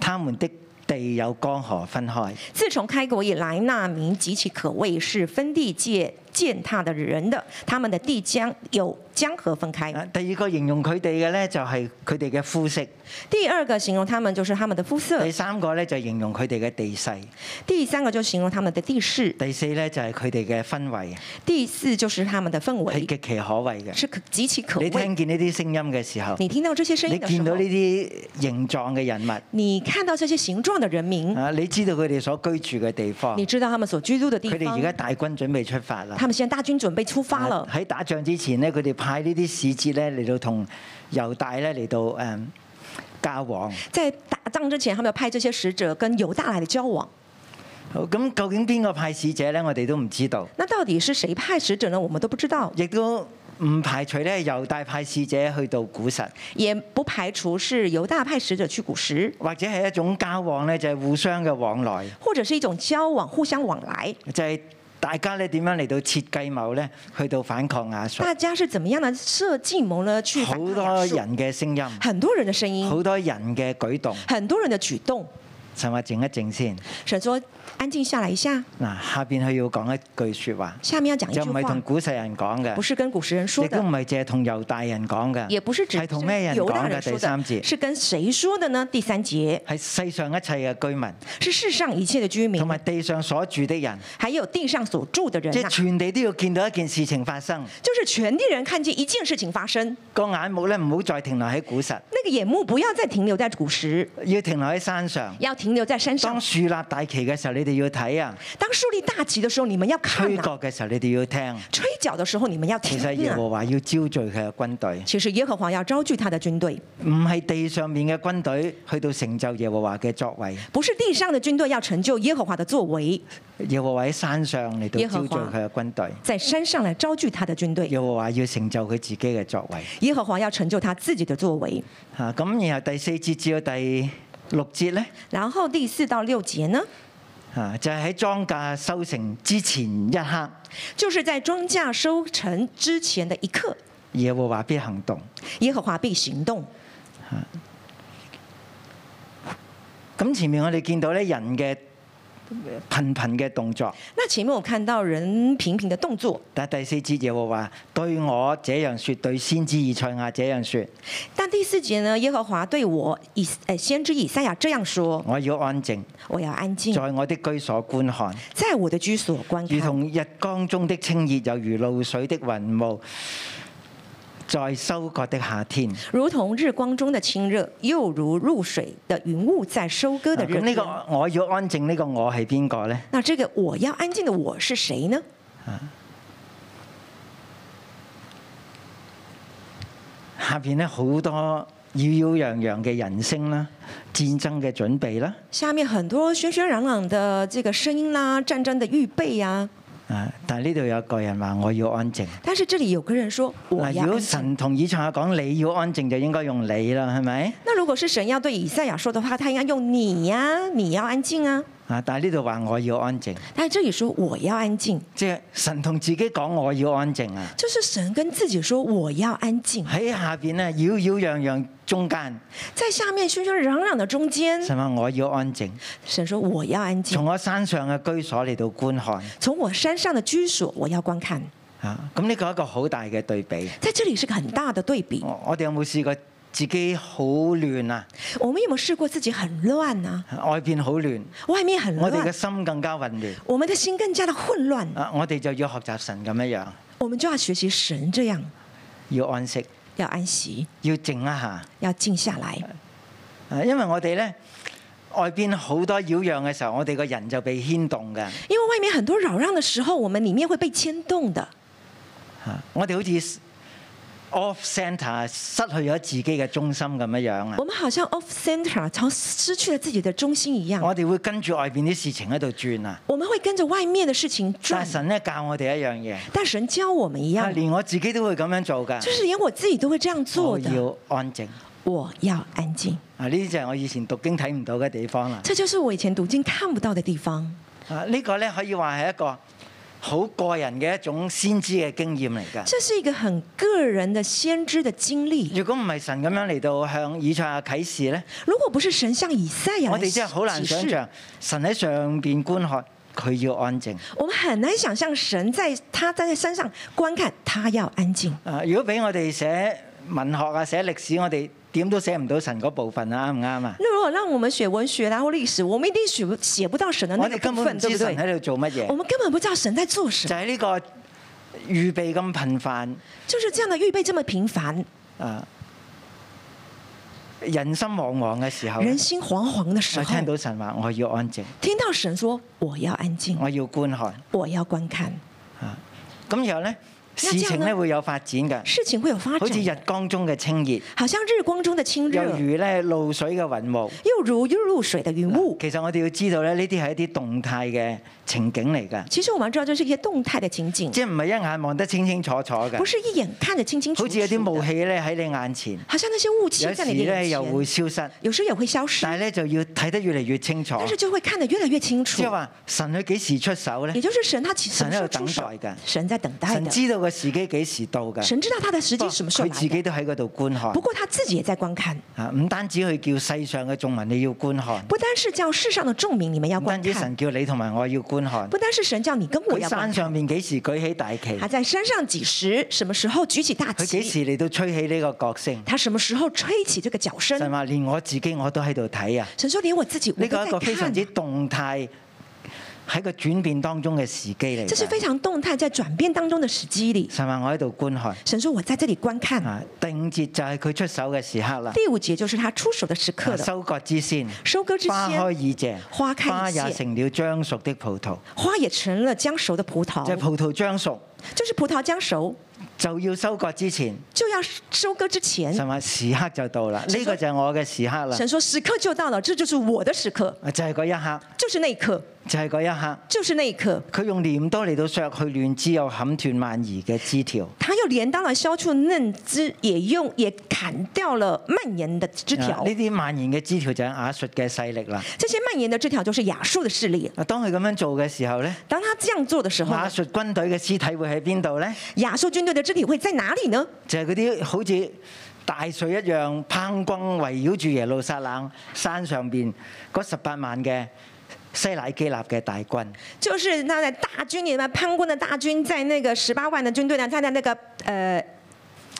S2: 他們的地有江河分開。
S3: 自從開國以來，那民極其可謂是分地界践踏的人的，他們的地將有江河分開。
S2: 啊第二個形容佢哋嘅呢，就係佢哋嘅膚色；
S3: 第二個形容他們就是他們的膚色
S2: 第，三個呢，就形容佢哋嘅地勢；
S3: 第三個就形容他們的地勢，
S2: 第四呢，就係佢哋嘅氛圍，
S3: 第四就是他們的氛
S2: 係
S3: 圍，
S2: 極其可畏嘅。
S3: 是可極其可
S2: 哎你
S3: 畏。
S2: 聽見呢啲聲音嘅時候，
S3: 你聽到這些聲
S2: 你
S3: 音的時
S2: 見到
S3: 候
S2: 呢，啲形狀嘅人物，
S3: 你看到這些形狀的人民，
S2: 啊，你知道佢哋所居住嘅地方，
S3: 你
S2: 佢
S3: 知道他們所居住的地
S2: 哋而家
S3: 方。
S2: 大軍準備出發啦。
S3: 他們現在大軍準備出發了，
S2: 喺打仗之前咧，佢哋派呢啲使節咧嚟到同猶大咧嚟到誒、嗯交往。
S3: 在打仗之前，他們要派這些使者跟猶大來的交往。
S2: 好咁究竟邊個派使者咧？我哋都唔知道，
S3: 那到底是誰派使者呢？我們都不知道，
S2: 亦都唔排除咧猶大派使者去到古實，
S3: 也不排除是猶大派使者去古時，
S2: 或者係一種交往咧，就係互相嘅往來，
S3: 或者是一種交往、互相往來。
S2: 就係、大家咧點樣嚟到設計謀咧，去到反抗亞述，
S3: 大家是怎麼樣的設計謀呢？去
S2: 好
S3: 反抗
S2: 多
S3: 亞述嗯
S2: 人嘅聲音，
S3: 很多人的聲音，
S2: 好多人嘅舉動。
S3: 很多人的舉動。
S2: 神話靜一靜先，
S3: 神說：安靜下來一下，
S2: 嗱下邊佢要講一句説話，
S3: 下面要講一
S2: 就唔係
S3: 句
S2: 同
S3: 話，
S2: 古實人講嘅
S3: 不。是跟古時人說
S2: 亦都
S3: 的
S2: 唔，係淨係同猶大人講嘅，
S3: 也不是只
S2: 係同咩啊人
S3: 猶大
S2: 講
S3: 人
S2: 嘅？第
S3: 說
S2: 三
S3: 的，
S2: 節
S3: 是跟誰說的呢？第三節
S2: 係世上一切嘅居民，
S3: 是世上一切的居民
S2: 同，埋地上所住的人，
S3: 還有地上所住的人
S2: 即係
S3: 啊，
S2: 全地都要見到一件事情發生。
S3: 就是全地人看見一件事情發生，
S2: 個眼目咧唔好再停留喺古實，
S3: 那個眼目不要再停留在古時，
S2: 要停留喺山上。
S3: 要停留在山上
S2: 當。樹立大旗嘅時候，你哋要睇啊；
S3: 當樹立大旗的時候，你們要看
S2: 吹
S3: 啊；
S2: 角嘅時候，你哋要聽。
S3: 吹角的時候，你們要
S2: 其
S3: 聽
S2: 實耶
S3: 啊。
S2: 和華要招聚佢嘅軍隊，
S3: 其實耶和華要招聚他的軍隊，
S2: 唔係地上面嘅軍隊去到成就耶和華嘅作為。
S3: 不是地上的軍隊要成就耶和華的作為，
S2: 耶和華喺山上嚟到
S3: 耶
S2: 招
S3: 和
S2: 聚
S3: 華
S2: 佢嘅軍隊，
S3: 在山上來招聚他的軍隊。
S2: 耶和華要成就佢自己嘅作為。
S3: 耶和華要成就他自己的作為。
S2: 啊，咁然後第四節至到第六節咧，
S3: 然後第四到六節呢，
S2: 啊，就係喺莊稼收成之前一刻，
S3: 就是在莊稼收成之前的一刻，
S2: 耶和華必行動。
S3: 耶和華必行動。
S2: 咁前面我哋見到咧人嘅頻頻嘅動作，
S3: 那前面我看到人頻頻的動作，
S2: 但第四節耶和華對我這樣說，對先知以賽亞這樣說，
S3: 但第四節呢，耶和華對我以呃先知以賽亞這樣說
S2: 我要安靜，：“
S3: 我要安靜，
S2: 在我的居所觀看，
S3: 在我的居所觀
S2: 如
S3: 看，
S2: 同日光中的清熱，又如露水的雲霧，在收割的夏天。
S3: 如同日光中的清熱，又如入水的雲霧在收割的
S2: 啊咁
S3: 熱
S2: 呢
S3: 天。
S2: 個我要安靜，呢個我係邊個呢？
S3: 那這個我要安靜的我是誰呢？
S2: 下邊咧好多擾擾攘攘嘅人聲啦，戰爭嘅準備啦，
S3: 下面很多喧喧嚷嚷的這個聲音啦、戰爭的預備呀、
S2: 啊！但係呢度有個人話我要安靜。
S3: 但是這裡有個人說我
S2: 嗱，
S3: 要
S2: 如
S3: 安
S2: 果
S3: 靜。
S2: 神同以賽亞講你要安靜，就應該用你啦，係咪？
S3: 那如果是神要對以賽亞說的話，他應該用你呀、你要安靜啊。
S2: 啊！但係呢度話我要安靜，
S3: 但是這裡說我要安靜，
S2: 即係神同自己講我要安靜啊！
S3: 就是神跟自己說我要安靜。
S2: 喺下邊咧擾擾攘攘中間，
S3: 在下面喧喧嚷嚷的中間，
S2: 神話我要安靜，
S3: 神說我要安靜
S2: 從，我山上嘅居所嚟到觀看
S3: 從我山上的居所我要觀看。
S2: 啊！咁呢個係一個好大嘅對比。
S3: 在這裡是個很大的對比。
S2: 我我哋有冇試過自己好亂啊？
S3: 我們有沒有試過自己很亂啊？
S2: 外邊好亂。
S3: 外面很
S2: 我哋嘅
S3: 亂，
S2: 心更加混亂。
S3: 我們的心更加的
S2: 嗯
S3: 混亂。
S2: 啊，我哋就要學習神咁樣樣，
S3: 我們就要學習神這樣，
S2: 要安息。
S3: 要安息，
S2: 要靜一下。
S3: 要静下来。
S2: 啊因為我哋咧外邊好多擾攘嘅時候，我哋個人就被牽動嘅。
S3: 因为外面很多扰攘的时候，我们里面会被牵动的。
S2: 啊我哋好似 off centre 失去咗自己嘅中心咁樣樣啊
S3: 我！们好像 off center，从啊失去了自己的中心一样。
S2: 我哋會跟住外邊啲事情喺度轉啊！
S3: 我们会跟着外面的事情
S2: 但
S3: 转
S2: 係，神咧教我哋一樣嘢，
S3: 但神教我们一
S2: 啊
S3: 样，
S2: 連我自己都會咁樣做㗎。
S3: 就是连我自己都会这样做
S2: 我
S3: 的。
S2: 要安靜
S3: 我要安静，
S2: 啊！呢啲就係我以前讀經睇唔到嘅地方啦。
S3: 这就是我以前读经看不到的地方。
S2: 啊，呢個咧可以話係一個好個人嘅一種先知嘅經驗嚟㗎。
S3: 这是一个很个人的先知的经历。
S2: 如果唔係神咁樣嚟到向以賽亞啟示咧，
S3: 如果不是神像以赛亚
S2: 我
S3: 来启
S2: 哋真係好難想
S3: 示，
S2: 像神喺上邊觀看，佢要安靜。
S3: 我们很難想象神在他站在山上观看，他要安静。
S2: 啊，如果俾我哋寫文學啊、寫歷史，我哋點都寫唔到神嗰部分啊，啱唔啱啊？
S3: 那如果让我们写文学啦或历史，我们一定写不写不到神的那
S2: 我
S3: 个
S2: 哋哦根
S3: 嗯
S2: 本
S3: 部分，
S2: 唔
S3: 对
S2: 知
S3: 不
S2: 神
S3: 对？
S2: 喺度做乜
S3: 我
S2: 嘢，
S3: 们根本不知道神在做什
S2: 就
S3: 么，
S2: 係呢個預備咁頻繁
S3: 就是这样的预备这么频繁，
S2: 啊，人心惶惶嘅時候，
S3: 人心惶惶的时
S2: 我
S3: 候，
S2: 聽到神話我要安靜，
S3: 听到神说我要安静，
S2: 我要觀看。
S3: 我要观看，
S2: 咁然後咧，
S3: 那
S2: 事情
S3: 這樣
S2: 咧
S3: 呢
S2: 會有發展㗎，
S3: 事情会有发
S2: 好似
S3: 展，
S2: 日光中嘅清熱，
S3: 好像日光中的清
S2: 又
S3: 热，
S2: 如咧露水嘅雲霧。
S3: 又如入水的云雾。
S2: 其實我哋要知道咧，呢啲係一啲動態嘅情景嚟㗎，
S3: 其实我们要知道，这是一些动态的情景，
S2: 即係唔係一眼望得清清楚楚
S3: 不
S2: 㗎。
S3: 是一眼看得清清楚
S2: 好
S3: 楚
S2: 似有啲霧
S3: 的。
S2: 氣咧喺你眼前，
S3: 好像那些雾气
S2: 有
S3: 在
S2: 時
S3: 你的眼
S2: 咧
S3: 前，
S2: 又會消失，
S3: 有时也会消失，
S2: 但係咧就要睇得越嚟越清楚。
S3: 但是就会看得越来越清楚
S2: 即係。話神佢幾時出手
S3: 也
S2: 咧？
S3: 就是神他其实什
S2: 神
S3: 么
S2: 喺
S3: 时
S2: 度
S3: 候出手
S2: 等待的，
S3: 神在等待
S2: 神哦
S3: 的，
S2: 知道個時機幾時到㗎，
S3: 神知道他的时
S2: 不
S3: 机
S2: 過
S3: 什么时候
S2: 佢
S3: 来
S2: 自己
S3: 的。
S2: 都喺嗰度觀看
S3: 不。过他自己也在观看，
S2: 啊，唔單止佢叫世上嘅眾民你要觀看，
S3: 不单是叫世上的众民你们要
S2: 唔
S3: 观
S2: 單止
S3: 看，
S2: 神叫你同埋我要觀看。
S3: 不单啊是神叫你跟我
S2: 佢
S3: 要观
S2: 山
S3: 看，
S2: 上面幾時舉起大旗
S3: 他？在山上几时、什么时候举起大
S2: 佢幾時
S3: 旗，
S2: 嚟到吹起呢個角聲？
S3: 他什么时候吹起这个角
S2: 神
S3: 声。
S2: 話連我自己我都喺度睇啊！
S3: 神说：“连我自己我
S2: 呢
S3: 都
S2: 個一個
S3: 在
S2: 非常
S3: 看
S2: 之。動態喺個轉變當中嘅時機”嚟
S3: 这是非
S2: 㗎。
S3: 常动态在转变当中的时机里。
S2: 神話我喺度觀看
S3: 神说：“我在这里观看。
S2: 啊！第五節就係佢出手嘅時刻啦”，
S3: 第五节就是他出手的时刻
S2: 啊
S3: 了。
S2: 收割之先，
S3: 收割之
S2: 花
S3: 先
S2: 開已謝，
S3: 花開已謝
S2: 花也成了將熟的葡萄。
S3: 花也成了将熟的葡萄
S2: 即，係葡萄將熟
S3: 就是葡萄将熟，
S2: 就要收割之前，
S3: 就要收割之前，
S2: 神話時刻就到啦。
S3: 神
S2: 呢個
S3: 說
S2: 就係我嘅時刻啦，
S3: 嗯神说时刻就到了，这就是我的时刻，
S2: 啊就係嗰一刻，
S3: 就是那一刻，
S2: 就係嗰一刻。
S3: 就是那一刻。
S2: 佢用镰刀嚟到削去亂枝，又砍斷蔓延嘅枝條。
S3: 他又镰刀来削去嫩枝，也用也砍掉了蔓延的枝
S2: 啊
S3: 条
S2: 呢。啲蔓延嘅枝條就係亞述嘅勢力啦。
S3: 这些蔓延的枝条就是亚述的势力。
S2: 啊，當佢咁樣做嘅時候呢，
S3: 当他这样做的时候呢，
S2: 亞述軍隊嘅屍體會喺邊度呢？
S3: 亚述军队的肢体会在哪里呢？
S2: 就係嗰啲好似大水一樣烹轟圍繞住耶路撒冷山上邊嗰十八萬嘅西乃基立嘅大軍。
S3: 就是那在大军里面潘quân的大军，在那个十八万的军队呢，他在那个呃，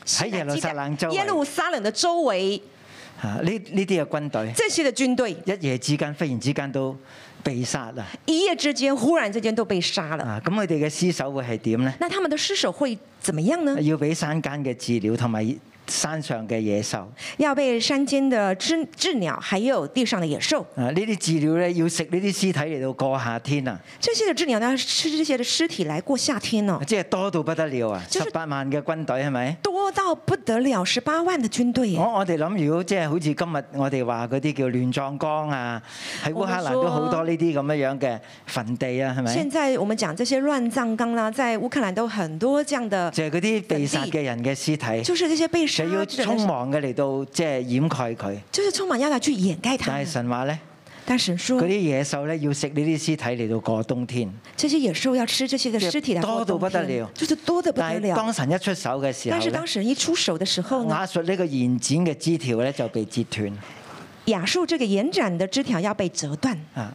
S2: 喺哎耶路撒冷周圍
S3: 耶路撒冷的周围，
S2: 啊，呢呢啲嘅軍隊
S3: 这些的军队
S2: 一夜之間，忽然之間都被殺啦。
S3: 一夜之间忽然之間都被杀了。
S2: 啊，咁佢哋嘅屍首會係點呢？
S3: 那他们的尸首会怎么样呢？
S2: 要俾山間嘅飼料同埋山上嘅野獸。
S3: 要被山间的鸷鸷鸟，还有地上的野兽。
S2: 啊！呢啲飼料咧，要食呢啲屍體嚟到過夏天啊，
S3: 这些的鸷鸟呢，吃这些的尸体来过夏天哦，
S2: 即係多到不得了啊！
S3: 就
S2: 十
S3: 是
S2: 八萬嘅軍隊係咪？
S3: 多到不得了，十八万的军队耶。
S2: 我我哋諗，如果即係好似今日我哋話嗰啲叫亂葬崗啊，喺烏克蘭都好多呢啲咁樣樣嘅墳地啊，係
S3: 现
S2: 咪？
S3: 在我们讲这些乱葬岗啦，在乌克兰都很多这样的，
S2: 就係嗰啲被殺嘅人嘅屍體，
S3: 就是这些被杀
S2: 就要
S3: 的
S2: 匆
S3: 人，
S2: 忙嘅嚟到即係掩蓋佢。
S3: 就是充满要来去掩盖他
S2: 但係
S3: 们。
S2: 神話咧，
S3: 但神说
S2: 嗰，啲野獸咧要食呢啲屍體嚟到過冬天。
S3: 这些野兽要吃这些的尸体来
S2: 多
S3: 过冬
S2: 到不得
S3: 天
S2: 了
S3: 就是多得不得
S2: 但係
S3: 了。
S2: 當神一出手嘅時候
S3: 但是
S2: 咧
S3: 当，神一出手的时候呢，
S2: 亞述呢個延展嘅枝條咧就被截斷。
S3: 亚述这个延展的枝条要被折断。
S2: 啊！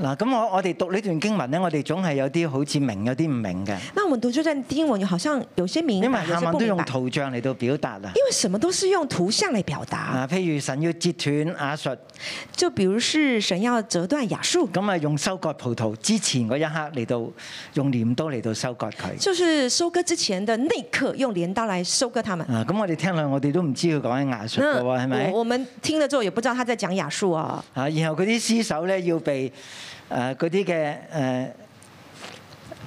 S2: 嗱，咁我我哋讀呢段經文咧，我哋總係有啲好似明，有啲唔明嘅，
S3: 那我们读这段经文，好像有些明
S2: 因為
S3: 白，有
S2: 下
S3: 些
S2: 文
S3: 不
S2: 都
S3: 明
S2: 用
S3: 白，
S2: 圖像嚟到表達啊。
S3: 因为什么都是用图像来表达。
S2: 啊，譬如神要截斷亞述，
S3: 就比如是神要折断亚述，
S2: 咁啊用收割葡萄之前嗰一刻嚟到用镰刀嚟到收割佢。
S3: 就是收割之前的那一刻，用镰刀来收割他们。
S2: 啊，咁我哋聽落我哋都唔知佢講緊亞述嘅
S3: 那
S2: 喎，係咪
S3: 我？我们聽了之後也不知道他在講亞述啊，
S2: 啊，然後嗰啲屍首咧要被誒嗰啲嘅呃誒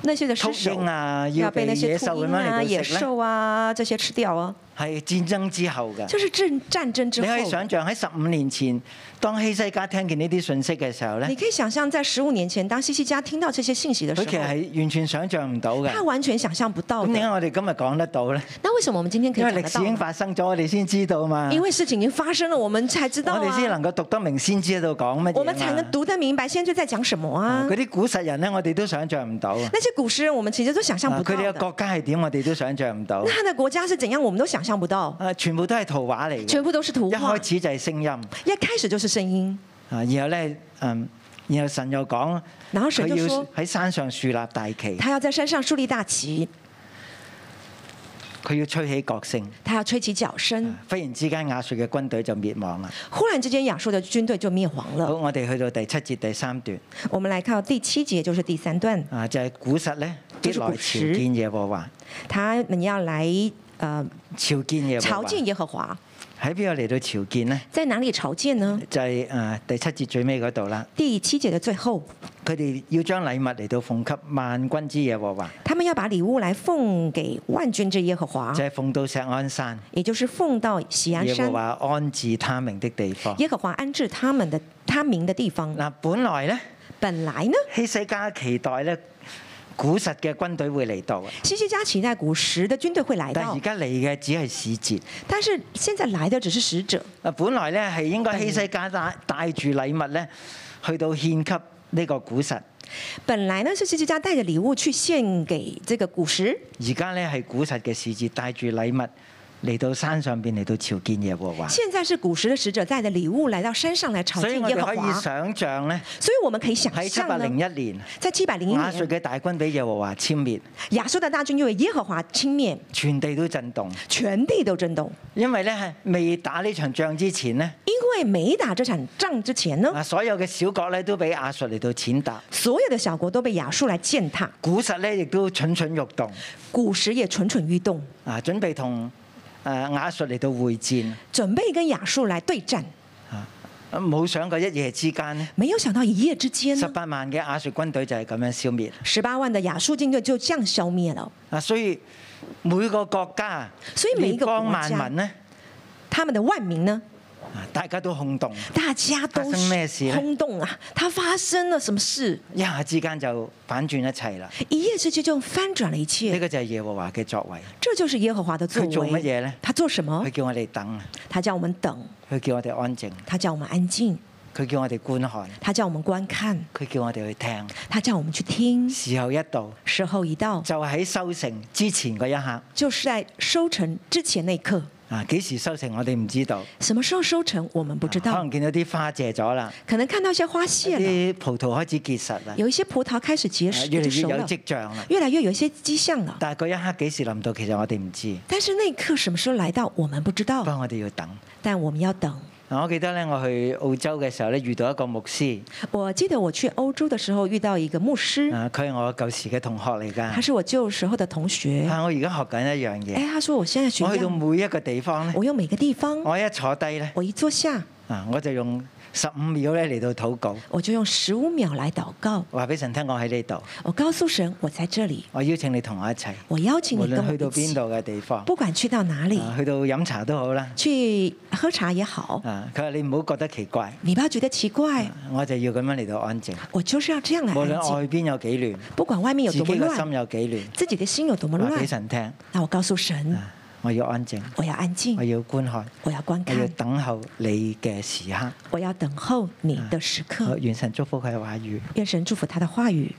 S3: 那些的
S2: 禿
S3: 屍首
S2: 鷹啊，
S3: 要
S2: 要
S3: 被
S2: 被
S3: 那些
S2: 野
S3: 秃
S2: 獸咁
S3: 鷹
S2: 樣
S3: 啊、
S2: 嚟
S3: 野
S2: 到食咧，
S3: 獸啊這些吃掉啊，
S2: 係戰爭之後嘅。
S3: 就是戰戰爭之
S2: 你
S3: 後
S2: 可。以想象喺十五年前，當希西家聽見呢啲信息嘅時候咧
S3: 你，可以想象，在十五年前，當西西家聽到這些信息的時
S2: 佢
S3: 候
S2: 其，實係完全想象唔到嘅。
S3: 他完全想象不到
S2: 咁點解
S3: 的。
S2: 我哋今日講得到咧？
S3: 那為什麼我們今天可以
S2: 因為歷
S3: 講得
S2: 史
S3: 到
S2: 已經
S3: 呢？
S2: 發生咗，我哋先知道嘛。
S3: 因為事情已經發生了，我們才知道
S2: 我哋先
S3: 啊，
S2: 能夠讀得明先知喺度講乜嘢
S3: 我們才能
S2: 嘛
S3: 讀得明白先知在講什麼
S2: 啊
S3: 啊
S2: 嗰。啲古實人咧，我哋都想象唔到。啊
S3: 那些古詩人，我們其實都想象不
S2: 佢
S3: 到
S2: 哋嘅
S3: 的。
S2: 國家係點，我哋都想象唔到
S3: 那。他的國家是怎樣，我們都想象不到，
S2: 啊，全部都係圖畫嚟嘅。
S3: 全部都是圖
S2: 一
S3: 畫，
S2: 開始就係聲音啊，
S3: 一開始就是聲音。
S2: 然後咧，嗯，然後神又講，
S3: 然後
S2: 佢
S3: 神就
S2: 要
S3: 說，
S2: 喺山上樹立大旗，
S3: 他要在山上樹立大旗，
S2: 佢要吹起角聲。
S3: 他要吹起角聲。
S2: 忽然之間，亞述嘅軍隊就滅亡啦。
S3: 忽然之間，亞述的軍隊就滅亡
S2: 好，
S3: 了。
S2: 我哋去到第七節第三段
S3: 我們來看到第七節，就是第三段，
S2: 啊，就係、古實咧，必
S3: 就是
S2: 來
S3: 古
S2: 朝
S3: 實
S2: 見耶和華，
S3: 他們要來呃
S2: 朝見耶和
S3: 朝
S2: 華。
S3: 見耶和華，
S2: 喺邊度嚟到朝見呢？
S3: 在哪裡朝見呢？
S2: 就係、啊第七節最尾嗰度啦。
S3: 第七節的最後，
S2: 佢哋要將禮物嚟到奉給萬軍之耶和華，
S3: 他們要把禮物來奉給萬軍之耶和華
S2: 就，係、奉到錫安山，
S3: 也就是奉到錫安
S2: 耶和
S3: 山，
S2: 華安置他名的地方。
S3: 耶和華安置他們的他名的地方。
S2: 嗱，本來咧
S3: 本來呢，
S2: 希西家期待咧古實嘅軍隊會嚟到，啊
S3: 西西家期待古時的軍隊會來
S2: 但係
S3: 到
S2: 而，家嚟嘅只係使節。
S3: 但是現在來的只是使者。
S2: 嗱，本來咧係應該
S3: 嗯
S2: 希西家帶帶住禮物咧，去到獻給呢個古實。
S3: 本來呢是西西家帶着禮物去獻給這個古時，
S2: 而家咧係古實嘅使節帶住禮物嚟到山上邊嚟到朝見耶和華。
S3: 現在是古時的使者帶着禮物來到山上來朝
S2: 所以
S3: 見
S2: 我
S3: 耶
S2: 哋
S3: 和
S2: 可
S3: 華
S2: 以。想像咧，
S3: 所以我們可以想
S2: 喺七
S3: 象
S2: 百零
S3: 呢，
S2: 一年，啊
S3: 在七百零一
S2: 亞述
S3: 年，
S2: 嘅大軍俾耶和華殲滅，
S3: 亞述的大軍因為耶和華輕蔑，
S2: 全地都震動。
S3: 全地都震動。
S2: 因為咧係未打呢場仗之前咧，
S3: 因為每打這場仗之前呢，
S2: 啊所有嘅小國咧都俾亞述嚟到踐踏，
S3: 所有的小國都被亞述來踐踏，
S2: 古實咧亦都蠢蠢欲動，
S3: 古時也蠢蠢欲動，
S2: 啊準備同誒亞述嚟到會戰。
S3: 準備跟亞述來對戰。
S2: 啊冇想過一夜之間咧，
S3: 沒有想到一夜之間
S2: 十
S3: 呢，
S2: 八萬嘅亞述軍隊就係咁樣消滅。
S3: 十八萬的亞述軍隊就這樣消滅了。
S2: 啊，所以每個國家，
S3: 所以每一個國家
S2: 列邦萬民咧，
S3: 他們的萬民呢，
S2: 啊大家都轟動，
S3: 大家都
S2: 發生咩事
S3: 是
S2: 呢
S3: 轟動啊！它發生了什麼事？
S2: 一下之間就反轉一切啦。
S3: 一夜之間就翻轉了一
S2: 呢
S3: 切。
S2: 個就係耶和華嘅作為，
S3: 這就是耶和華的作
S2: 佢做乜
S3: 為。哦
S2: 嘢呢？
S3: 他做什麼
S2: 佢？叫我哋等，
S3: 他叫我們等，
S2: 佢叫我哋安靜，
S3: 他叫我們安靜，
S2: 佢叫我哋觀看，
S3: 他叫我們觀看，
S2: 佢叫我哋去聽。
S3: 他叫我們去聽。
S2: 時候一到，
S3: 時候一到，
S2: 就喺收成之前嗰一刻。
S3: 就是在收成之前那一刻。
S2: 啊！幾時收成我哋唔知道，
S3: 什麼時候收成，我們不知
S2: 可
S3: 道啊
S2: 能。見到啲花謝咗啦，
S3: 可能看到一些花謝了，
S2: 啲葡萄開始結實啦，
S3: 有一些葡萄開始結
S2: 啊
S3: 實，
S2: 哎越
S3: 就
S2: 嚟
S3: 熟
S2: 越有
S3: 了，
S2: 跡象啦。
S3: 越來越有一些跡象了。
S2: 但係嗰一刻幾時臨到，其實我哋唔知，
S3: 但是那一刻什麼時候來到，我們不知
S2: 不
S3: 道，
S2: 過我哋要等。
S3: 但我們要等。
S2: 嗱，我記得咧，我去澳洲嘅時候咧，遇到一個牧師，
S3: 我記得我去歐洲的時候遇到一個牧師，
S2: 啊，佢係我舊時嘅同學嚟
S3: 嗯他
S2: 㗎。
S3: 是我舊時候的同學。
S2: 啊，我而家學緊一樣
S3: 哎，
S2: 嘢，
S3: 他說我現在學
S2: 我去到
S3: 樣，
S2: 每一個地方咧，
S3: 我用每個地方，
S2: 我一坐低咧，
S3: 我一坐下，
S2: 啊，我就用十五秒咧嚟到禱告，
S3: 我就用十五秒來禱告。
S2: 話俾神聽我喺呢度，
S3: 我告訴神，我在這裡，
S2: 我邀請你同我一齊，
S3: 我邀請
S2: 無
S3: 你跟
S2: 論去到
S3: 我一
S2: 邊
S3: 起
S2: 度，嘅地方，
S3: 不管去到哪裡，
S2: 啊去到飲茶都好啦。
S3: 去喝茶也好，
S2: 啊，佢話你唔好覺得奇怪，
S3: 你不要覺得奇怪，
S2: 我就要咁樣嚟到安靜，
S3: 我就是要這樣來
S2: 無
S3: 安
S2: 論
S3: 靜，
S2: 外邊有幾亂，
S3: 不管外面有
S2: 自己
S3: 多麼
S2: 嘅心
S3: 亂，
S2: 有幾
S3: 自己的心有多麼
S2: 亂，話俾
S3: 亂，
S2: 神聽，
S3: 那我告訴神，
S2: 啊我要安靜，
S3: 我要安
S2: 我
S3: 靜，
S2: 要觀看。
S3: 我要觀
S2: 我要
S3: 看，
S2: 等候你嘅時刻，
S3: 我要等候你的時
S2: 好
S3: 刻。
S2: 願神祝福佢嘅話語。
S3: 願神祝福他的話語。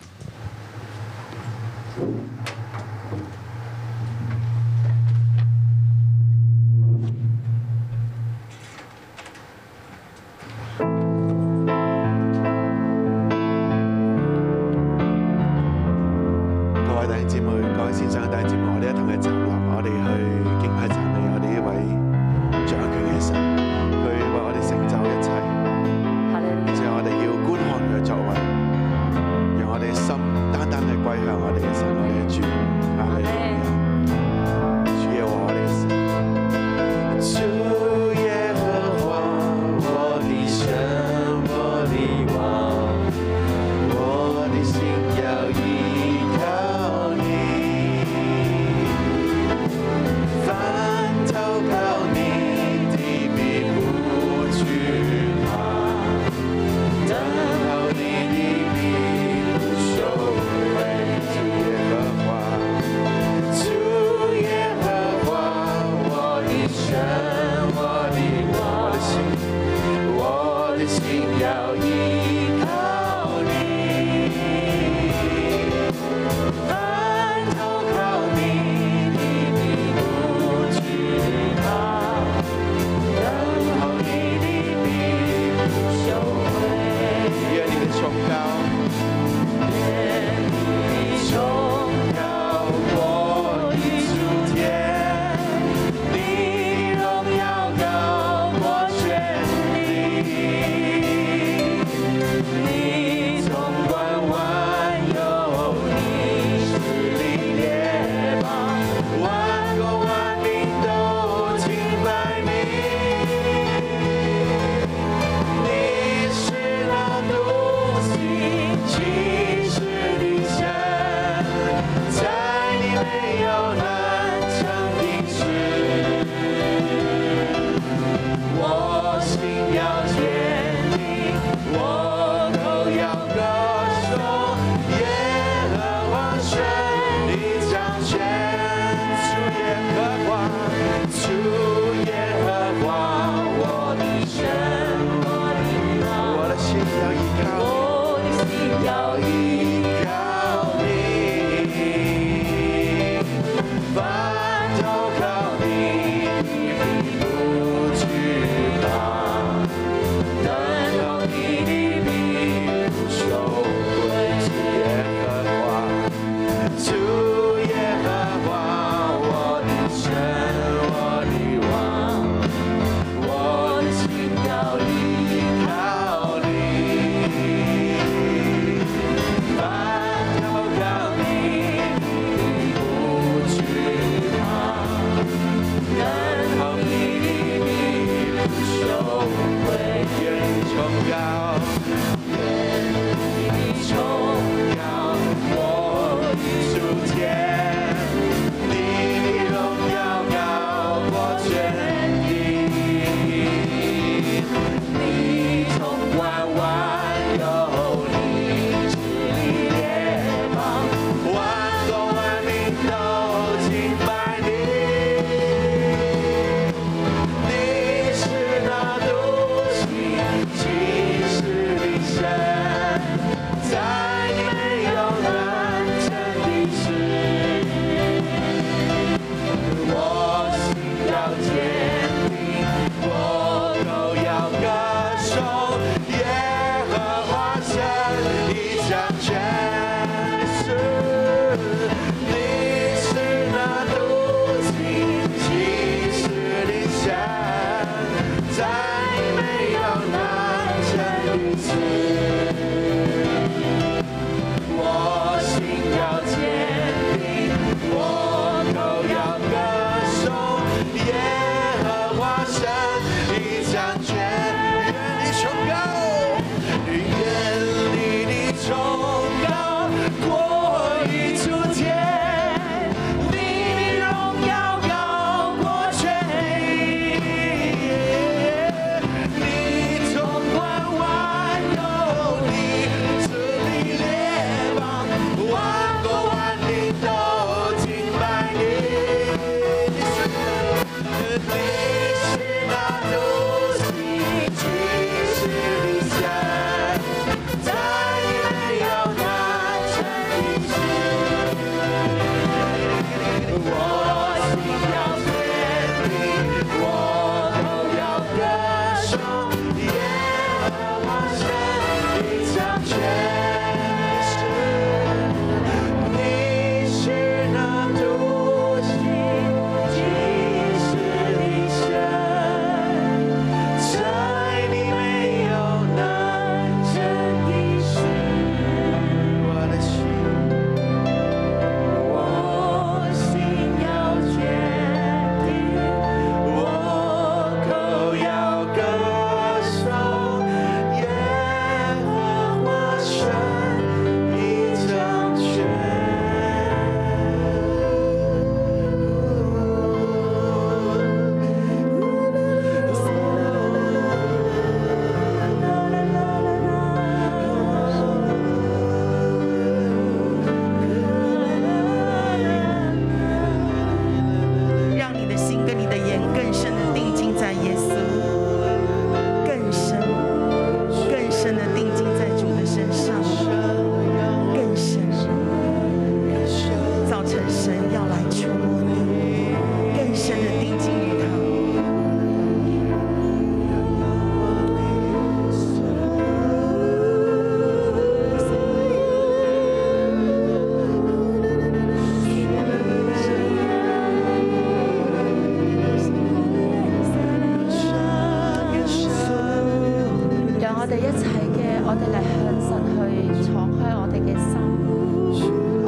S4: 位弟兄姊妹，各位線上嘅弟兄姊妹，我哋一同去站立，我哋去敬拜讚美我哋呢位掌權嘅神，佢為我哋成就一切。所以我哋要觀看佢嘅作為，讓我哋嘅心單單係歸向我哋嘅神，我哋嘅主。阿利路亞主耶和華我哋嘅神。
S5: 主耶和华，我的神，我的王，我的心要依靠你，凡投靠你的名，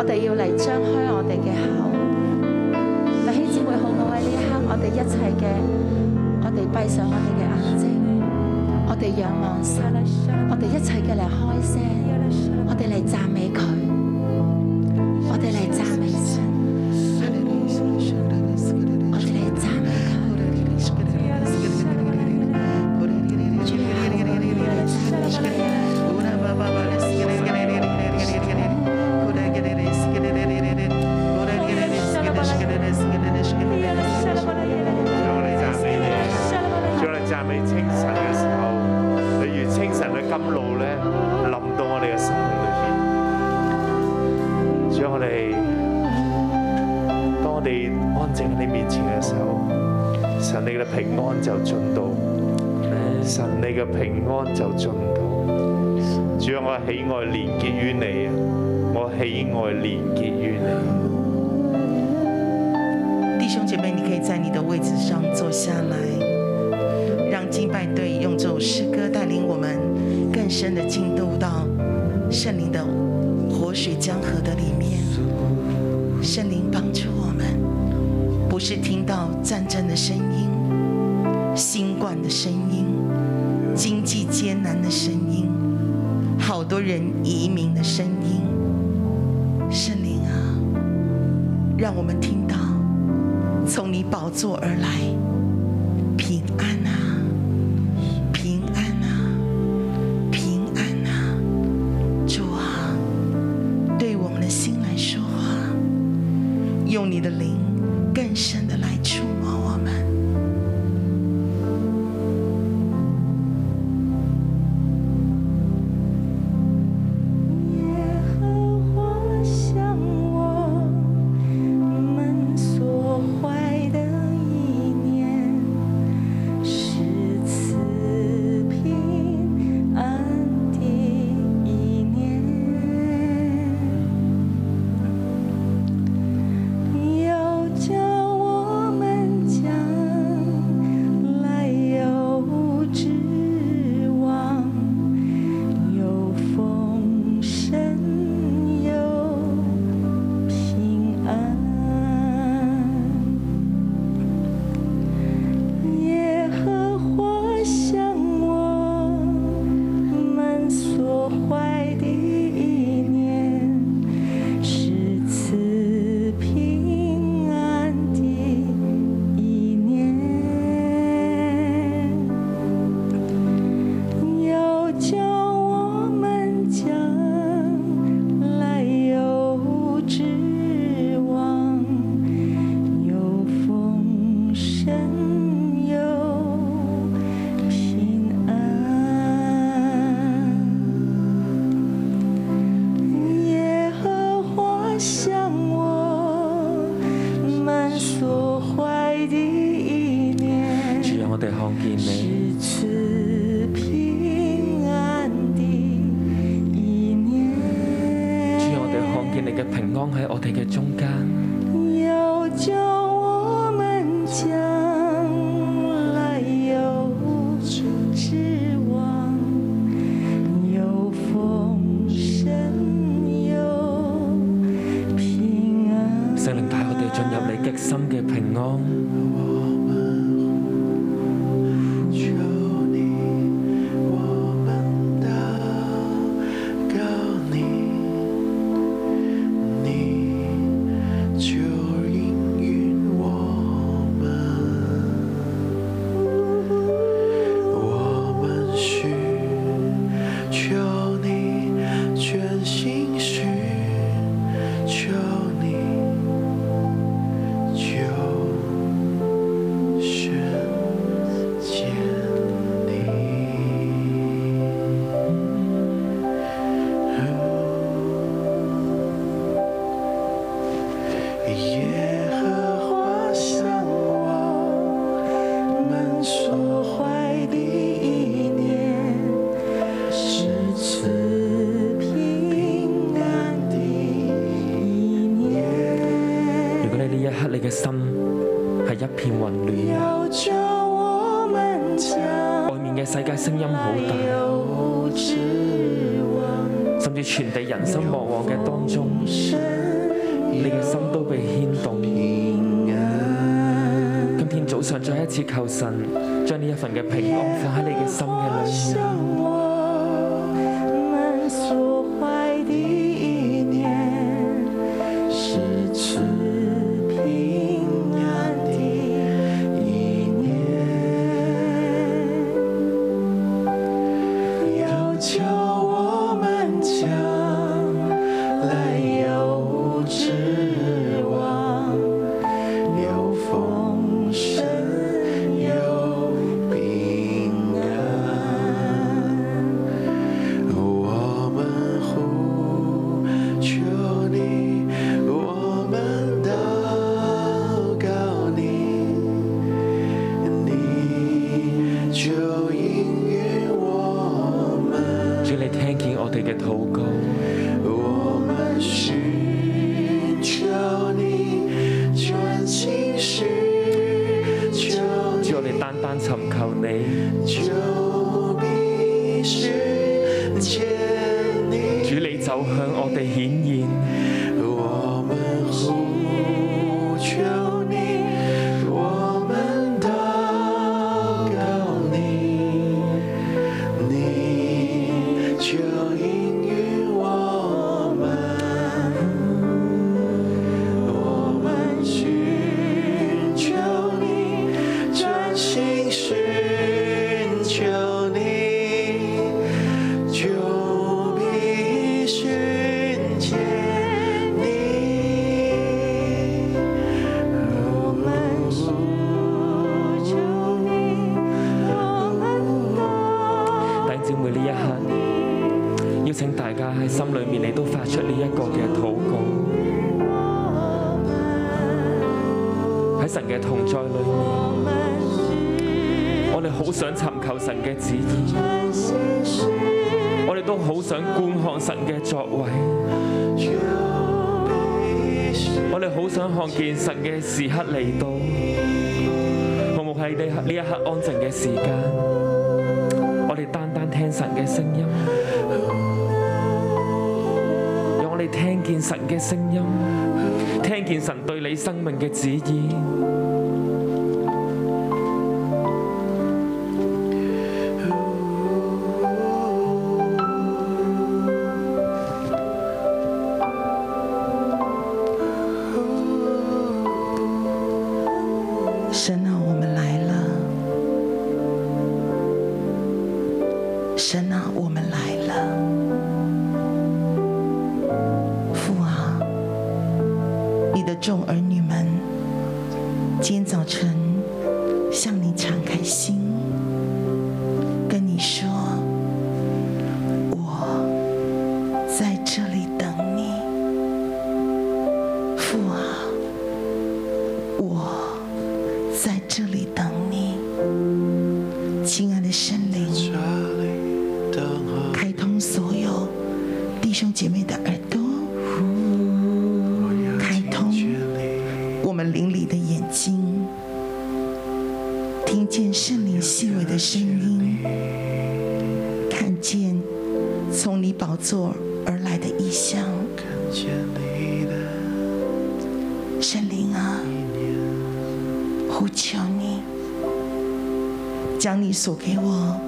S6: 哋要嚟張開我哋嘅口。弟兄姊妹好唔好喺呢一刻，我哋一齊嘅，我哋閉上我哋嘅眼睛，我哋仰望神，我哋一齊嘅嚟開聲，我哋嚟讚美佢，我哋嚟讚美神，我哋嚟讚美佢。主啊我哋讚美你
S7: 我哋讚美你，主我哋讚美清晨嘅時候，你如清晨嘅甘露咧，淋到我哋嘅心靈裏邊。主我哋，當我哋安靜喺你面前嘅時候，神你嘅平安就進到，神你嘅平安就進到。主我喜愛連結於你啊，我喜愛連結於你。
S8: 弟兄姐妹，你可以在你的位置上坐下来，让敬拜队用这首诗歌带领我们更深的进入到圣灵的活水江河的里面。圣灵帮助我们，不是听到战争的声音、新冠的声音、经济艰难的声音、好多人移民的声音。圣灵啊，让我们听到。从你宝座而来，平安啊，平安啊，平安啊！主啊，对我们的心来说话，用你的灵更深的来触摸我们。
S5: 主啊，我哋看見你。主啊，我哋看見你嘅平安喺我哋嘅中間。聖靈帶我哋進入你極深嘅平安。求你全心寻求你，求寻见你。耶和华向我们所怀的意念。是赐平安的一年。如果你呢一刻你嘅心係一片混亂，外面嘅世界聲音好大，甚至傳遞人心惶惶嘅當中，
S7: 你嘅心都被牽動。今天早上再一次求神，將呢一份嘅平安放喺你嘅心嘅裏面。
S5: 要求我们将来有无指望，有丰盛，有平安。我们呼求你，我们祷告你。你就应允我们，
S7: 主，你聽見我哋嘅禱告，
S5: 我们寻求你，全心寻求你，
S7: 主，我哋單單尋求你，
S5: 就必实现你。
S7: 主，你就向我哋顯現，
S5: 我们呼求你，我们祷告你，你就应允我们。我们寻求你，专心寻求你。就必寻见你，我们寻求你，我们
S7: 弟兄姊妹呢一刻，邀請大家喺心裏面，你都發出呢一個嘅禱告，喺神嘅同在裏面，我哋好想尋求神嘅旨意，我哋都好想觀看神嘅作為。
S5: 就必寻
S7: 我哋好想看見神嘅時刻嚟到，好冇喺呢呢一刻安靜嘅時間，我哋單單聽神嘅聲音，讓我哋聽見神嘅聲音，聽見神對你生命嘅旨意。
S8: 神啊，我们来了。神啊，我们来了。父啊，你的众儿女们，今天早晨向你敞开心，跟你说，我在这里等你。父啊，我。在这里等你，亲爱的圣灵，
S5: 这里等候，
S8: 开通所有弟兄姐妹的耳朵，
S5: 我要
S8: 开通
S5: 听见你，
S8: 我们邻里的眼睛，听见圣灵细微的声音，看见从你宝座而来的意象。
S5: 看见你的
S8: 圣灵啊，呼求你，将你所给我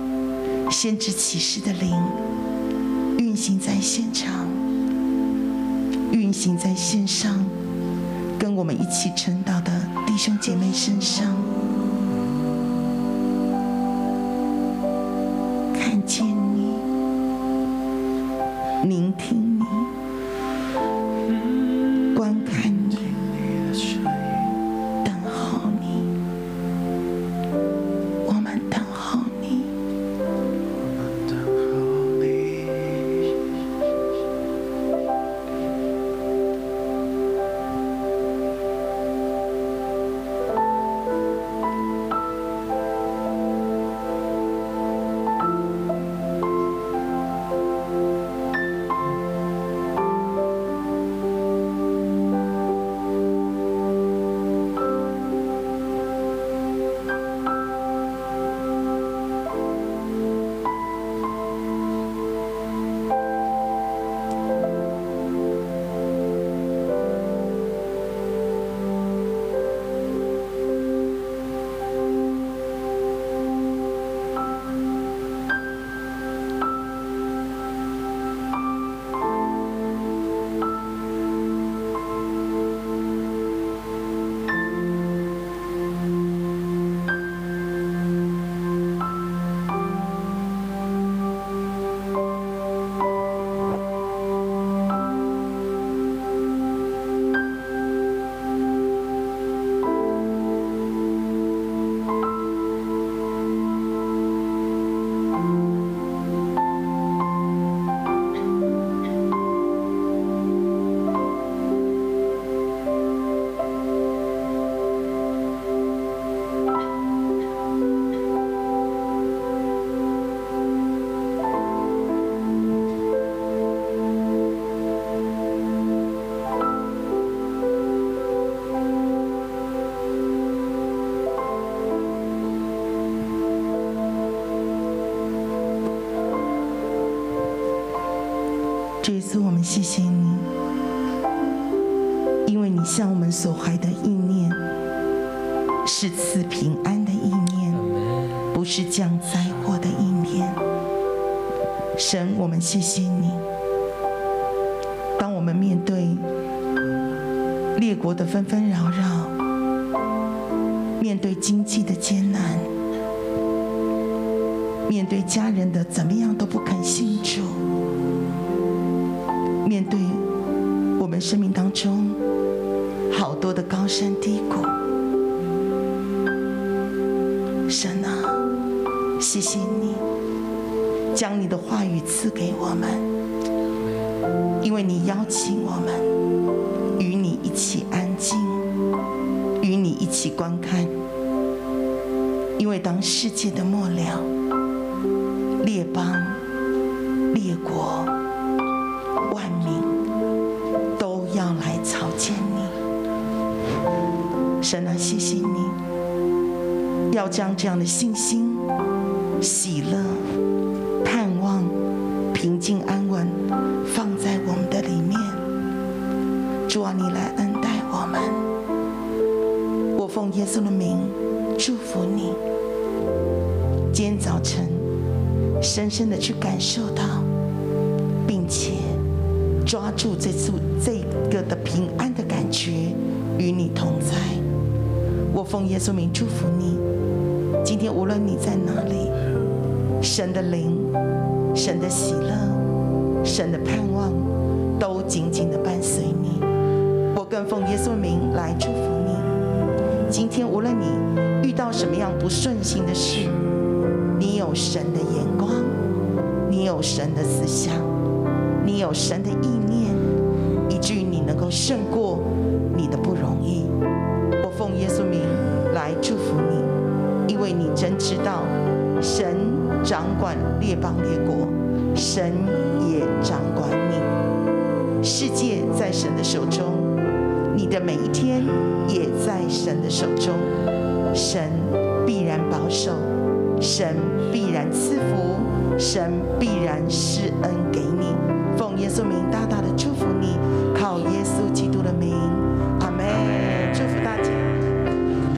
S8: 先知启示的灵运行在现场，运行在线上，跟我们一起成祷的弟兄姐妹身上，看见你，聆听你，观看你。
S5: 声音。
S8: 等候你，我们等候你，
S5: 等候你，
S8: 我主耶稣，我们谢谢你，因为你向我们所怀的意念是赐平安的意念，不是降灾祸的意念。神，我们谢谢你。当我们面对列国的纷纷扰扰，面对经济的艰难，面对家人的怎么样都不肯信主，面对我们生命当中好多的高山低谷，神啊，谢谢你将你的话语赐给我们，因为你邀请我们与你一起安静，与你一起观看，因为当世界的末了，列邦、列国、万民都要来朝见你。神啊，谢谢你，要将这样的信心、喜乐、盼望、平静安稳放在我们的里面。主啊，你来恩待我们。我奉耶稣的名祝福你。今天早晨，深深的去感受到，并且抓住这次这个的平安的感觉，与你同在。我奉耶稣名祝福你。今天无论你在哪里，神的灵、神的喜乐、神的盼望，都紧紧的伴随你。我更奉耶稣名来祝福你。今天无论你遇到什么样不顺心的事，你有神的眼光，你有神的思想，你有神的意念，以至于你能够胜过你的不容易。我奉耶稣名来祝福你，因为你真知道，神掌管列邦列国，神也掌管你。世界在神的手中，你的每一天也在神的手中。神必然保守，神必然赐福，神必然施恩给你。奉耶稣名大大的祝福你，靠耶稣基督的名。